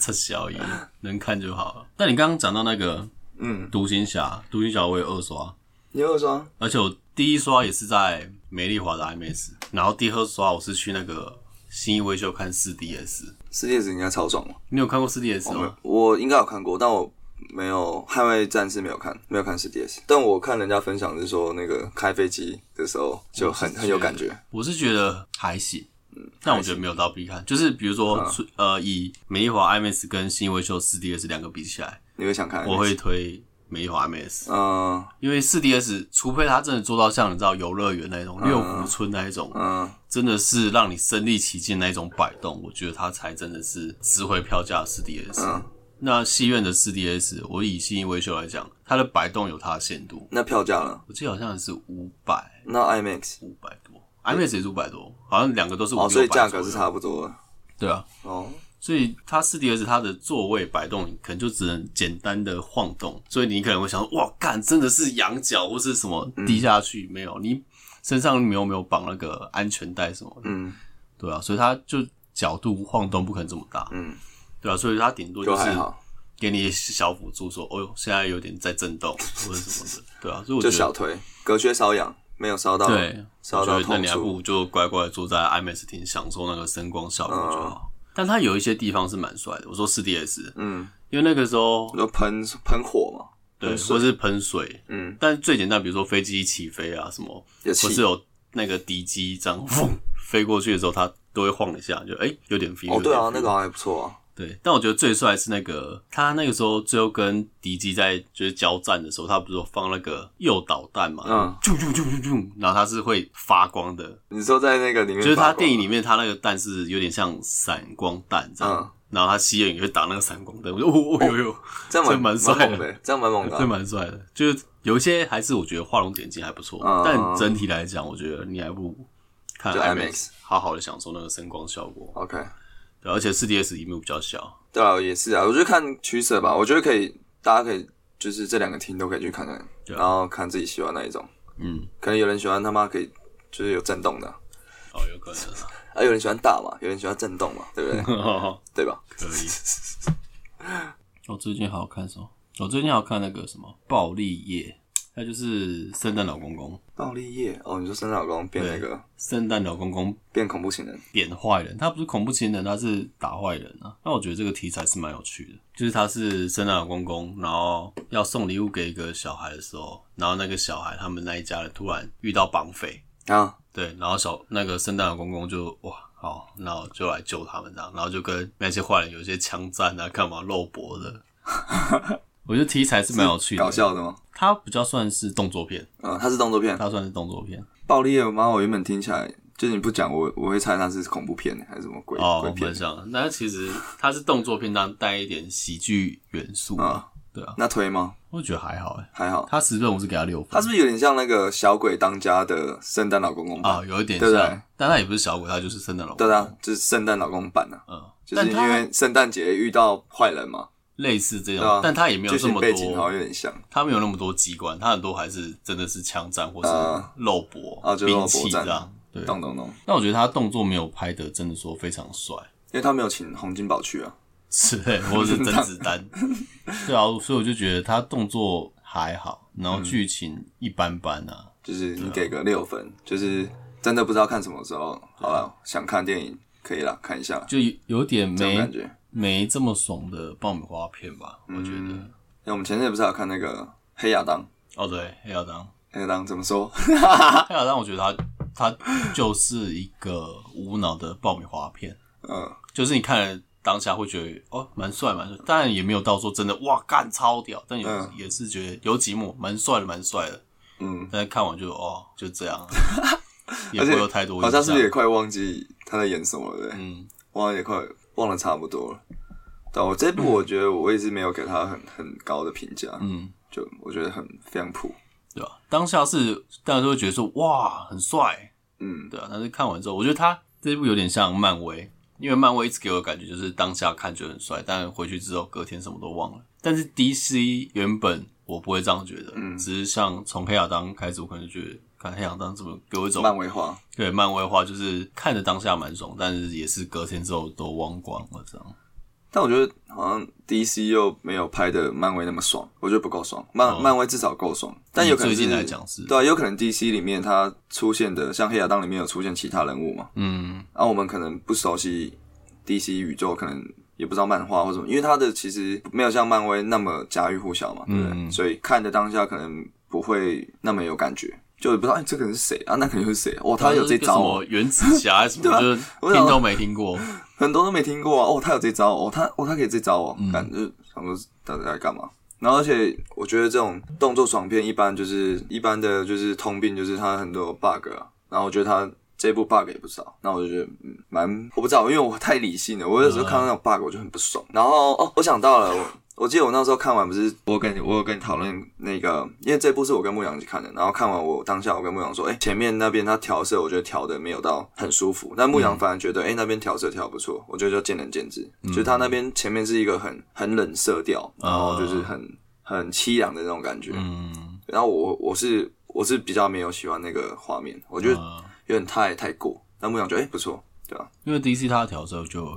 S1: 差小一能看就好了。但你刚刚讲到那个
S2: 嗯，
S1: 独行侠，独行侠我也二刷，
S2: 你二刷
S1: 而且我第一刷也是在美丽华的 IMAX，然后第二刷我是去那个新一维秀看 4DS。
S2: 世界子应该超爽嘛，
S1: 你有看过 4DS 吗？
S2: 我哦应该有看过，但我。没有《捍卫战士》没有看，没有看是 DS，但我看人家分享是说，那个开飞机的时候就很很有感觉。
S1: 我嗯是觉得还行，
S2: 嗯
S1: 但我觉得没有到必看。就是比如说，呃，以美丽华 IMAX 跟新一维秀 4DS 两个比起来，
S2: 你会想看？
S1: 我会，推美丽华 IMAX，
S2: 嗯
S1: 因为 4DS 除非它真的做到像你知道游乐园那种六福村那一种，
S2: 嗯，
S1: 真的是让你身临其境那一种摆动，我觉得它才真的是值回票价4 DS。
S2: 嗯
S1: 那戏院的4 DS，我以新一维修来讲，它的摆动有它的限度，
S2: 那票价呢？
S1: 我记得好像是五百
S2: 那 IMAX
S1: 五百多，IMAX 也是五百多，好像两个都是五
S2: 哦，所以
S1: 六百，
S2: 价格是差不多的
S1: 对啊。
S2: 哦。
S1: 所以它4 DS 它的座位摆动，可能就只能简单的晃动，所以你可能会想说，哇，干，真的是仰角或是什么
S2: 嗯
S1: 低下去、没有？你身上没有没有绑那个安全带什么的，
S2: 嗯，
S1: 对啊，所以它就角度晃动不可能这么大，
S2: 嗯，
S1: 对啊，所以它顶多
S2: 就
S1: 就是
S2: 还好，
S1: 给你小辅助说，哦呦，现在有点在震动或者什么的，对啊，所以我
S2: 就
S1: 觉
S2: 小
S1: 得
S2: 腿隔靴搔痒，没有搔到，
S1: 对，
S2: 搔
S1: 我觉
S2: 到
S1: 得那
S2: 痛
S1: 你还不
S2: 处。
S1: 如就乖乖地坐在 IMAX 厅享受那个声光效果就好。
S2: 嗯
S1: 但它有一些地方是蛮帅的，我说4 DS，
S2: 嗯，
S1: 因为那个时候
S2: 你说喷喷火嘛，
S1: 对，
S2: 喷水
S1: 或是喷水，
S2: 嗯，
S1: 但是最简单，比如说飞机起飞啊什么，
S2: 也
S1: 或
S2: 气
S1: 是有那个敌机这样风飞过去的时候，它都会晃一下，就哎、有点 feel。
S2: 哦，对啊
S1: 有，点
S2: 那
S1: feel
S2: 个好像还不错啊。
S1: 对，但我觉得最帅是那个他那个时候最后跟敌机在就是交战的时候，他不是有放那个诱导弹嘛，
S2: 嗯，
S1: 啾啾啾啾啾，然后它是会发光的，
S2: 你说在那个里面，啊
S1: 就是他电影里，面他那个弹是有点像闪光弹这样，
S2: 嗯
S1: 然后他吸眼也会打那个闪光灯，我就哦哦呦呦，
S2: 这样蛮
S1: 这蛮帅
S2: 猛的，这样蛮猛的
S1: 这
S2: 啊。
S1: 蛮帅的。就是有一些还是我觉得画龙点睛还不错，
S2: 嗯
S1: 但整体来讲，我觉得你还不如看
S2: 就
S1: IMAX 好好的享受那个声光效果，
S2: OK，
S1: 对，而且四 DS 屏幕比较小，
S2: 对啊，也是啊，我就看取舍吧。我觉得可以，大家可以就是这两个厅都可以去看看，
S1: 对啊
S2: 然后看自己喜欢哪一种。
S1: 嗯，
S2: 可能有人喜欢他妈可以就是有震动的啊，
S1: 哦，有可能， (laughs)
S2: 啊有人喜欢大嘛，有人喜欢震动嘛，对
S1: 嗯
S2: 不对？对吧？
S1: 可以。我最近好好看什么？我最近好看那个什么《暴力夜》，它就是圣诞老公公，
S2: (laughs) 暴力夜哦，你说生老公变那个
S1: 圣诞老公公
S2: 变恐怖情人，
S1: 点坏人，他不是恐怖情人，他是打坏人啊。那我觉得这个题材是蛮有趣的，就是他是圣诞老公公，然后要送礼物给一个小孩的时候，然后那个小孩他们那一家人突然遇到绑匪，
S2: 啊，
S1: 对，然后小那个圣诞老公公就哇好，那我就来救他们这样，然后就跟那些坏人有一些枪战啊，干嘛肉搏的。 (laughs) 我觉得题材是蛮有趣的，
S2: 搞笑的吗？
S1: 它比较算是动作片，
S2: 嗯，它是动作片。
S1: 它算是动作片
S2: 暴力夜，妈，我原本听起来就是你不讲，我我会猜它是恐怖片还是什么鬼
S1: 哦，
S2: 鬼
S1: 我
S2: 片
S1: 分享。那其实它是动作片，但带一点喜剧元素啊。
S2: 啊？
S1: 对啊，
S2: 那推吗？
S1: 我觉得还好哎。
S2: 还好，
S1: 他十分我是给他六
S2: 它
S1: 分
S2: 是不是有点像那个小鬼当家的圣诞老公公版？
S1: 啊，有一点
S2: 对
S1: 像，
S2: 不对
S1: 但他也不是小鬼，他就是圣诞老公。
S2: 对啊，就是圣诞老公版啊，
S1: 嗯，
S2: 就是
S1: 但
S2: 因
S1: 他
S2: 为圣诞节遇到坏人嘛，
S1: 类似这
S2: 对啊
S1: 种，但他也没有
S2: 剧
S1: 这
S2: 情
S1: 么
S2: 背景好
S1: 多
S2: 像，有点像
S1: 他没有那么多机关，他很多还是真的是枪战或是
S2: 啊
S1: 肉搏
S2: 啊，就是
S1: 兵
S2: 肉搏
S1: 器
S2: 战
S1: 这样。，对，
S2: 懂懂懂，
S1: 但我觉得他动作没有拍的，真的说非常帅，
S2: 因为他没有请洪金宝去啊，
S1: 是，或
S2: (laughs)
S1: 者是甄子丹。对啊，所以我就觉得他动作还好，然
S2: 嗯
S1: 后剧情一般般啊。啊
S2: 就是你给个六分，就是真的不知道看什么时候，好了，想看电影可以了，看一下啦，
S1: 就有有点
S2: 这种
S1: 没
S2: 感觉。
S1: 没这么爽的爆米花片吧，我觉得。
S2: 哎那我们前阵子不是还有看那个黑亚当？
S1: 哦，对，黑亚当，
S2: 黑亚当怎么说？
S1: 黑亚当，我觉得他他就是一个无脑的爆米花片，
S2: 嗯，
S1: 就是你看了当下会觉得哦蛮帅蛮帅，当然也没有到说真的哇干超屌，但有、
S2: 嗯
S1: 也是觉得有几幕蛮帅的蛮帅的，
S2: 嗯，
S1: 但是看完就哦就这
S2: (laughs)
S1: 样啊，也
S2: 而
S1: 不
S2: 且
S1: 会有太多
S2: 好
S1: 印
S2: 像
S1: 象。
S2: 是不是也快忘记他在演什么了？对不对，
S1: 嗯，
S2: 忘了也快忘了差不多了。但我这部我觉得我一直没有给他很很高的评价，
S1: 嗯，
S2: 就我觉得很非常普，
S1: 对吧、当下是当然就会觉得说哇很帅，
S2: 嗯，
S1: 对啊，但是看完之后，我觉得他这一部有点像漫威，因为漫威一直给我的感觉就是当下看觉得很帅，但回去之后隔天什么都忘了。但是 DC 原本我不会这样觉得，
S2: 嗯
S1: 只是像从黑亚当开始，我可能就觉得看黑亚当怎么给我一种
S2: 漫威化，
S1: 对漫威化，就是看着当下蛮爽，但是也是隔天之后都忘光了这样。
S2: 但我觉得好像 DC 又没有拍的漫威那么爽，我觉得不够爽。漫、
S1: 哦
S2: 漫威至少够爽，但有可能
S1: 最近
S2: 是
S1: 来讲是，
S2: 对啊，有可能 DC 里面它出现的像黑亚当里面有出现其他人物嘛，
S1: 嗯，
S2: 然、后我们可能不熟悉 DC 宇宙，可能也不知道漫画或什么，因为它的其实没有像漫威那么家喻户晓嘛，对不对？
S1: 嗯
S2: 所以看的当下可能不会那么有感觉，就也不知道哎、这个人是谁啊，那可能又是谁？哦，他有这
S1: 什
S2: 招、哦
S1: 么，原子侠
S2: (laughs)
S1: 什么，就是
S2: 我想
S1: 听都没听过。
S2: 很多都没听过啊。哦，他有这招哦，他哦他可以这招哦，感觉、就是想说他在干嘛？然后而且我觉得这种动作爽片一般就是一般的就是通病就是它很多 bug 啊，然后我觉得它。这部 bug 也不少，那我就觉得嗯蛮我不知道，因为我太理性了，我有时候看到那种 bug 我就很不爽。然后哦，我想到了，我我记得我那时候看完不是我跟你我有跟你讨论那个，因为这部是我跟牧羊一起看的，然后看完我当下我跟牧羊说，哎、前面那边他调色，我觉得调的没有到很舒服，但牧羊反而觉得，哎、那边调色调得不错，我觉得就见仁见智，就是他那边前面是一个很很冷色调，然后就是很很凄凉的那种感觉，
S1: 嗯，
S2: 然后我我是我是比较没有喜欢那个画面，我觉得
S1: 呃
S2: 有点太太过，但牧羊觉得哎、不错，对吧、
S1: 因为 DC 它的调色就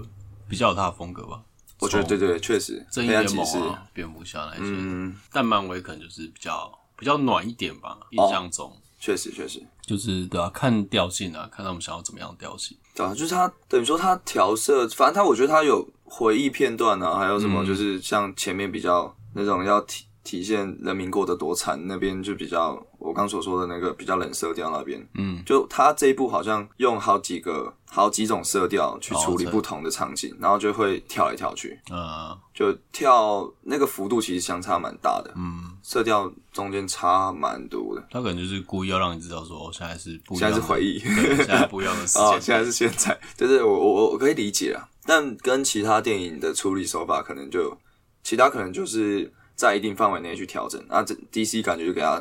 S1: 比较有它的风格吧。
S2: 我觉得对对对，确实，
S1: 正义
S2: 黑暗
S1: 联
S2: 骑士，
S1: 盟啊、蝙蝠侠那一些，
S2: 嗯，
S1: 但漫威可能就是比较比较暖一点吧，
S2: 哦
S1: 印象中、
S2: 确实确实。
S1: 就是对啊，看调性啊，看他们想要怎么样的调性。
S2: 对啊，就是他等于说他调色，反嗯正他我觉得他有回忆片段啊，还有什么就是像前面比较那种要提体现人民过得多惨，那边就比较我刚所说的那个比较冷色调那边，嗯，就他这一部好像用好几个好几种色调去处理
S1: 哦这
S2: 不同的场景，然后就会跳来跳去，
S1: 呃，
S2: 就跳那个幅度其实相差蛮大的，嗯，色调中间差蛮多的。
S1: 他可能就是故意要让你知道说，哦，现在是不一样
S2: 现
S1: 的，
S2: 在是回忆，
S1: 对，现在不一样的时
S2: (laughs) 哦，
S1: 间，
S2: 现在是现在， (laughs) 就是我我我我可以理解啊，但跟其他电影的处理手法可能就，其他可能就是在一定范围内去调整，啊那这 DC 感觉就给他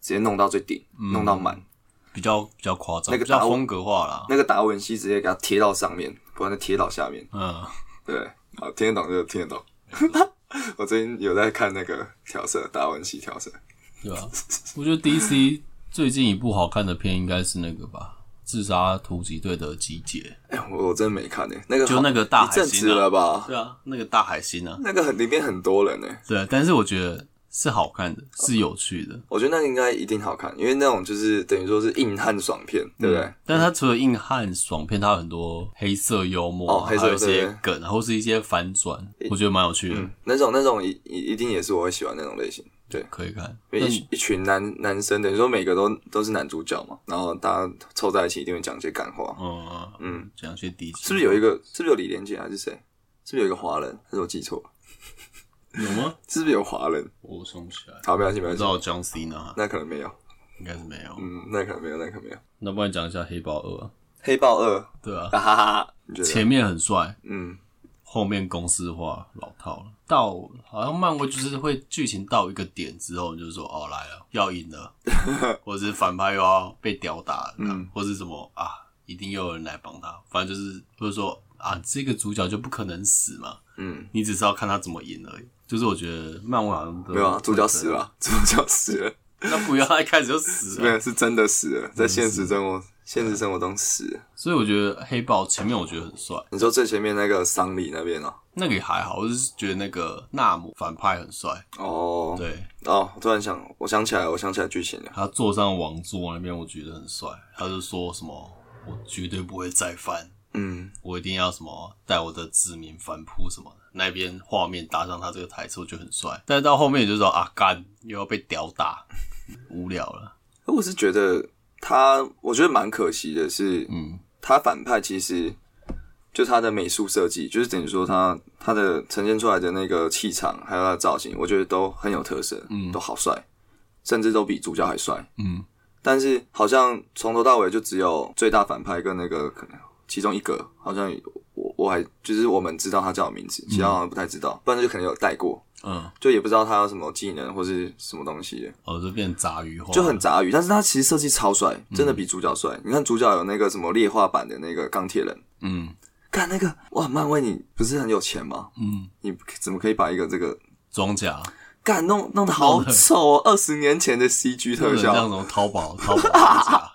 S2: 直接弄到最顶，
S1: 嗯
S2: 弄到满，
S1: 比较比较夸张，
S2: 那个
S1: 比较
S2: 打我
S1: 风格化啦。
S2: 那个达文西直接给他贴到上面，不然就贴到下面，
S1: 嗯，
S2: 对，好听得懂就听得懂。 (laughs) 我最近有在看那个调色达文西调色，
S1: 对啊，我觉得 DC 最近一部好看的片应该是那个吧，《自杀突击队的集结
S2: 哎、我我真没看呢、那个》，
S1: 就
S2: 好
S1: 那个大
S2: 一
S1: 海
S2: 阵
S1: 星
S2: 子
S1: 啊，
S2: 了吧？
S1: 对啊，那个大海星啊，
S2: 那个很里面很多人呢、
S1: 对啊，但是我觉得是好看的，是有趣的，
S2: 我觉得那个应该一定好看，因为那种就是等于说是硬汉爽片，对不对？
S1: 但是它除了硬汉爽片，它有很多黑色幽默，啊
S2: 哦黑色
S1: 还有一
S2: 对
S1: 些
S2: 对
S1: 梗，然后是一些反转，我觉得蛮有趣的，
S2: 嗯那种那种一一一定也是我会喜欢那种类型，对，
S1: 可以看。
S2: 因为一一群男男生等于说每个都都是男主角嘛，然后大家凑在一起一定会讲一些干话，
S1: 嗯嗯，讲些低级
S2: 是不是有一个是不是有李连杰还是谁？是不是有一个华人？还是我记错了？
S1: 有吗？
S2: 是不是有华人？
S1: 我想不起来，
S2: 好，没关系，
S1: 不
S2: 没关
S1: 知
S2: 系，
S1: 道 John Cena 啊
S2: 那可能没有，
S1: 应该是没有。
S2: 嗯，那可能没有，那可能没有。
S1: 那不然讲一下黑豹二、啊，
S2: 黑豹二，
S1: 对啊，
S2: 哈哈哈，你觉得？
S1: 前面很帅，
S2: 嗯，
S1: 后面公式化老套了。到好像漫威就是会剧情到一个点之后，你就说哦来了，要赢
S2: (laughs)
S1: 了，或者是反派又要被吊打了，嗯、或是什么啊，一定又有人来帮他。反正就是或者说啊，这个主角就不可能死嘛，
S2: 嗯，
S1: 你只是要看他怎么赢而已。就是我觉得漫威好像都
S2: 没有啊，主角死了，啊，主角死了，
S1: (laughs) 那不要他一开始就死
S2: 没
S1: 了。
S2: 有是真的死了，在现实生活现实生活中死了。
S1: 所以我觉得黑豹前面我觉得很帅，
S2: 你说最前面那个丧礼那边哦，
S1: 那个也还好，我就是觉得那个纳姆反派很帅，
S2: 哦，
S1: 对。
S2: 哦，我突然想，我想起来，我想起来剧情了。
S1: 他坐上王座那边，我觉得很帅。他就说什么：“我绝对不会再犯，
S2: 嗯，
S1: 我一定要什么带我的子民反扑什么的。”那边画面搭上他这个台词，我觉得很帅。但是到后面你就说啊，干又要被屌打，无聊了。
S2: 我是觉得他，我觉得蛮可惜的是，
S1: 嗯，
S2: 他反派其实就他的美术设计，就是等于说他他的呈现出来的那个气场，还有他的造型，我觉得都很有特色，嗯，都好帅，甚至都比主角还帅，
S1: 嗯。
S2: 但是好像从头到尾就只有最大反派跟那个可能其中一个，好像我我还就是我们知道他叫什么名字，其他好像不太知道，不然就可能有带过，
S1: 嗯，
S2: 就也不知道他有什么技能或是什么东西的。
S1: 哦，就变杂鱼化，
S2: 就很杂鱼，但是他其实设计超帅，真的比主角帅。你看主角有那个什么劣化版的那个钢铁人，
S1: 嗯
S2: 看那个哇，漫威你不是很有钱吗？
S1: 嗯，
S2: 你怎么可以把一个这个
S1: 装甲
S2: 干弄弄得好丑哦？二十年前的 CG 特
S1: 像什
S2: 效，
S1: 么淘宝淘宝装
S2: (laughs)
S1: 甲，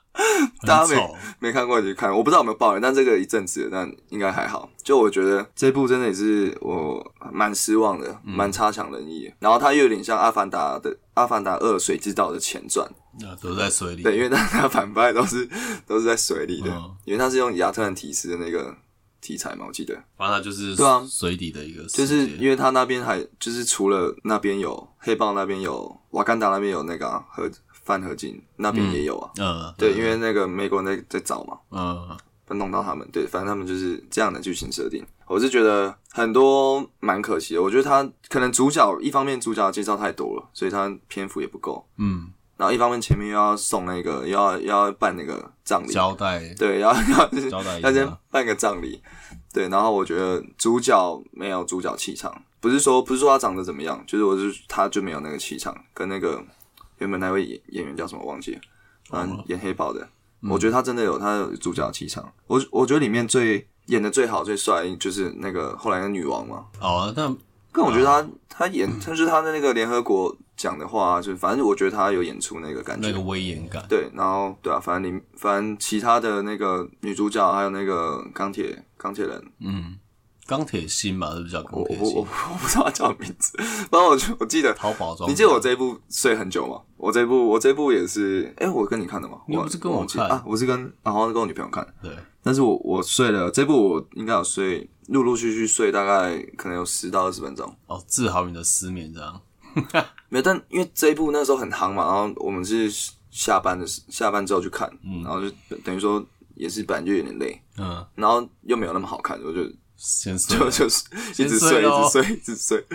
S2: 大家
S1: 很丑
S2: 没没看过你去看，我不知道有没有爆雷，但这个一阵子了，但应该还好。就我觉得这部真的也是我蛮失望的，蛮差强人意的。然后它又有点像《阿凡达》的《阿凡达二：水之道》的前传，
S1: 那都在水里。
S2: 对，因为他他反派都是都是在水里的，
S1: 嗯
S2: 因为他是用亚特兰提斯的那个题材嘛，我记得，
S1: 反正它就是
S2: 对啊
S1: 水底的一个世界，
S2: 就是因为他那边还就是除了那边有黑豹那边有瓦干达那边有那个、啊、合泛合金那边也有啊，
S1: 嗯
S2: 对，因为那个美国人在在找嘛，
S1: 嗯
S2: 弄到他们，对，反正他们就是这样的剧情设定。我是觉得很多蛮可惜的，我觉得他可能主角一方面主角的介绍太多了，所以他篇幅也不够。
S1: 嗯
S2: 然后一方面前面又要送那个，又要又要办那个葬礼，
S1: 交代
S2: 对，然后要
S1: 交代一
S2: 要先
S1: 下，
S2: 办个葬礼，对，然后我觉得主角没有主角气场，不是说不是说他长得怎么样，就是我就是他就没有那个气场，跟那个原本那位演演员叫什么忘记了，嗯，演黑豹的，我觉得他真的有他的主角气场，我我觉得里面最演的最好最帅就是那个后来的女王嘛，
S1: 哦，那
S2: 但我觉得他、他演，他就是他的那个联合国讲的话、啊就是反正我觉得他有演出那个感觉，
S1: 那个威严感，
S2: 对，然后对啊，反正你反正其他的那个女主角还有那个钢铁钢铁人，
S1: 嗯，钢铁心嘛，是不是叫钢
S2: 我
S1: 铁
S2: 我我
S1: 心？
S2: 我不知道她叫名字，反正我就我记得，
S1: 淘宝装，
S2: 你记得我这一部睡很久吗？我这一部我这一部也是，哎、我跟你看的吗？
S1: 你又不是跟我
S2: 我忘记
S1: 看
S2: 啊，我是跟然后跟我女朋友看，
S1: 对，
S2: 但是我我睡了这部我应该有睡，陆陆续续睡大概可能有十到二十分钟，
S1: 哦，治好你的失眠这样，
S2: 没有，但因为这一部那时候很夯嘛，然后我们是下班的时下班之后去看，然后就等于说也是本来就有点累，
S1: 嗯，
S2: 然后又没有那么好看，我就
S1: (laughs) 先睡
S2: 就就是一直
S1: 睡
S2: 睡，一
S1: 咯
S2: 直睡， (laughs) 一直睡。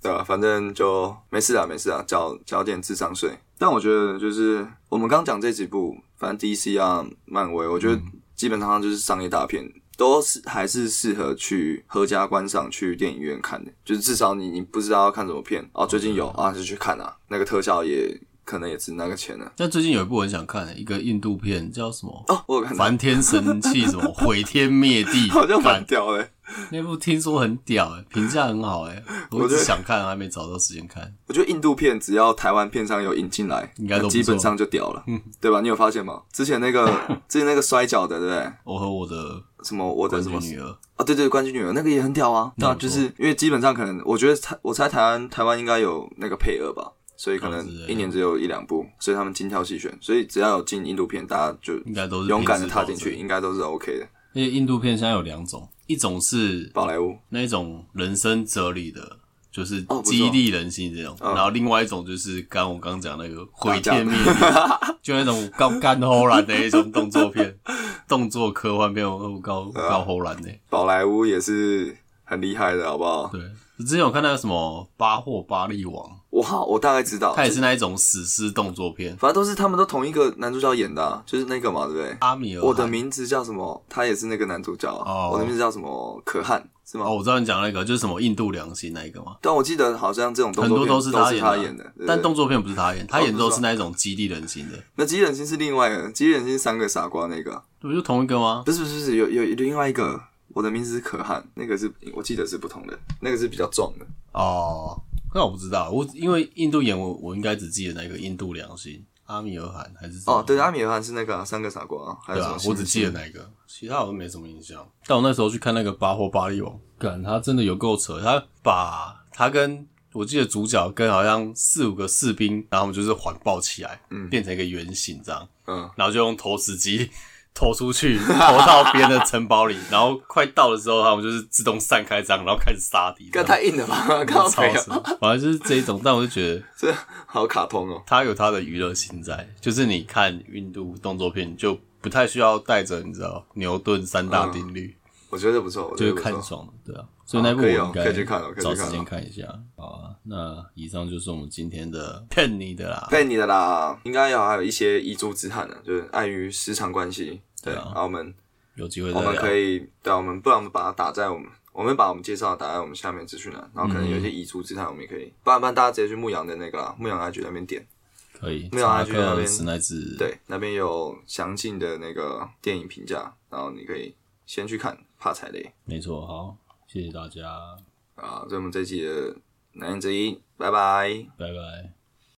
S2: 对啊，反正就没事啊，没事啊，缴缴点智商税。但我觉得就是我们刚讲这几部，反正 DC 啊、漫威，我觉
S1: 嗯
S2: 得基本上就是商业大片，都是还是适合去合家观赏、去电影院看的。就是至少你你不知道要看什么片哦，最近有
S1: 嗯
S2: 啊就去看啊，那个特效也可能也值那个钱呢、
S1: 但最近有一部我很想看、一个印度片叫什么？
S2: 哦，我有看到，
S1: 梵天神器什么毁天灭地，
S2: (laughs) 好像蛮
S1: 干
S2: 屌的、
S1: 那部听说很屌、欸，评价很好哎、我一直想看，还没找到时间看。
S2: 我觉得印度片只要台湾片商有引进来，
S1: 应该都不错嗯
S2: 基本上就屌了，对吧？你有发现吗？之前
S1: (laughs)
S2: 那个之前那个摔跤的，对不对？
S1: 我和我的
S2: 什么我的
S1: 冠
S2: 什么
S1: 军女儿，
S2: 啊？对对，冠军女儿那个也很屌啊，对啊，
S1: 不错
S2: 就是因为基本上可能，我觉得台我猜台湾台湾应该有那个配额吧。所以可
S1: 啊
S2: 能
S1: 之类的
S2: 一年只有一两部，所以他们精挑细选，所以只要有进印度片，大家就
S1: 应该都是
S2: 勇敢的
S1: 品质
S2: 踏进
S1: 保
S2: 去，
S1: 证
S2: 应该都是 OK 的。
S1: 而且印度片现在有两种，一种是
S2: 宝莱坞
S1: 那种人生哲理的，就是
S2: 哦不错哦
S1: 激励人心这种。然后另外一种就是刚我刚讲那个毁天灭地， (laughs) 就那种高干齁然的一种动作片， (laughs) 动作科幻片，哦我高
S2: 啊
S1: 高齁然的。
S2: 宝莱坞也是很厉害的，好不好？
S1: 对，我之前有看到什么《巴霍巴利王》，
S2: 我好，我大概知道，
S1: 它也是那一种史诗动作片。
S2: 反正都是他们都同一个男主角演的、啊，就是那个嘛，对不对？
S1: 阿米尔汗，
S2: 我的名字叫什么？他也是那个男主角啊。
S1: 哦
S2: 我的名字叫什么？可汗是吗？
S1: 哦，我知道你讲那个，就是什么印度良心那一个嘛。
S2: 但我记得好像这种动
S1: 很
S2: 作
S1: 多
S2: 片
S1: 都
S2: 是
S1: 他
S2: 他
S1: 演
S2: 演
S1: 的
S2: 的
S1: 啊，，
S2: 对
S1: 但
S2: 对
S1: 动作片不是他演，他演
S2: 不
S1: 都
S2: 是啊
S1: 是那一种激励人心的，
S2: 那《机器人心》是另外的，《机器人心》是三个傻瓜那个，
S1: 不就同一个吗？
S2: 不是不是不是有有有另外一个。我的名字是可汗，那个是我记得是不同的，那个是比较壮的。
S1: 哦，那我不知道，我因为印度演我，我应该只记得那个印度良心阿米尔汗还是什么
S2: 哦，对，阿米尔汗是那个啊、三个傻瓜、啊，还有
S1: 对
S2: 什
S1: 啊
S2: 么，星
S1: 我
S2: 星？
S1: 只记得那个，其他好像没什么印象。但我那时候去看那个《巴霍巴利王》，感他真的有够扯，他把他跟我记得主角跟好像四五个士兵，然后我们就是环抱起来，嗯，变成一个圆形这样，
S2: 嗯，
S1: 然后就用投石机 (laughs) 投出去，投到别人的城堡里，然后快到的时候，他们就是自动散开这样，然后开始杀敌，
S2: 干太硬
S1: (laughs)
S2: 了吧，靠
S1: 超
S2: 背
S1: 扯
S2: 啊，，
S1: 反正就是这一种，但我就觉得。
S2: 这好卡通哦。
S1: 它有它的娱乐性在，就是你看印度动作片，你就不太需要带着你知道牛顿三大定律，
S2: 我觉得不嗯错，我觉
S1: 就
S2: 得
S1: 是
S2: 不
S1: 看
S2: 错。
S1: 爽了，对啊。所以那部我
S2: 可以哦
S1: 应该
S2: 可以去看哦可以去
S1: 找
S2: 看哦
S1: 时间看一下。好啊，那以上就是我们今天的骗你的啦。
S2: 配你的啦，应该有还有一些遗珠之憾呢、就是碍于时长关系，
S1: 对
S2: 对，
S1: 啊
S2: 然后我们
S1: 有机会
S2: 我
S1: 再
S2: 们
S1: 聊
S2: 可。以，对啊，我们不然我们把它打在我们，我们把我们介绍的打在我们下面资讯栏，然后可能有一些遗珠之憾，我们也可以，不然不然大家直接去牧羊的那个啦，牧羊 IG 那边点，
S1: 可以，
S2: 没有
S1: 查
S2: 啊去那
S1: 克
S2: 边
S1: 史奈治，，
S2: 对，那边有详尽的那个电影评价，然后你可以先去看，怕踩雷
S1: 没错。好，谢谢大家，
S2: 啊。所以我们这期的男人之一，拜拜。
S1: 拜拜。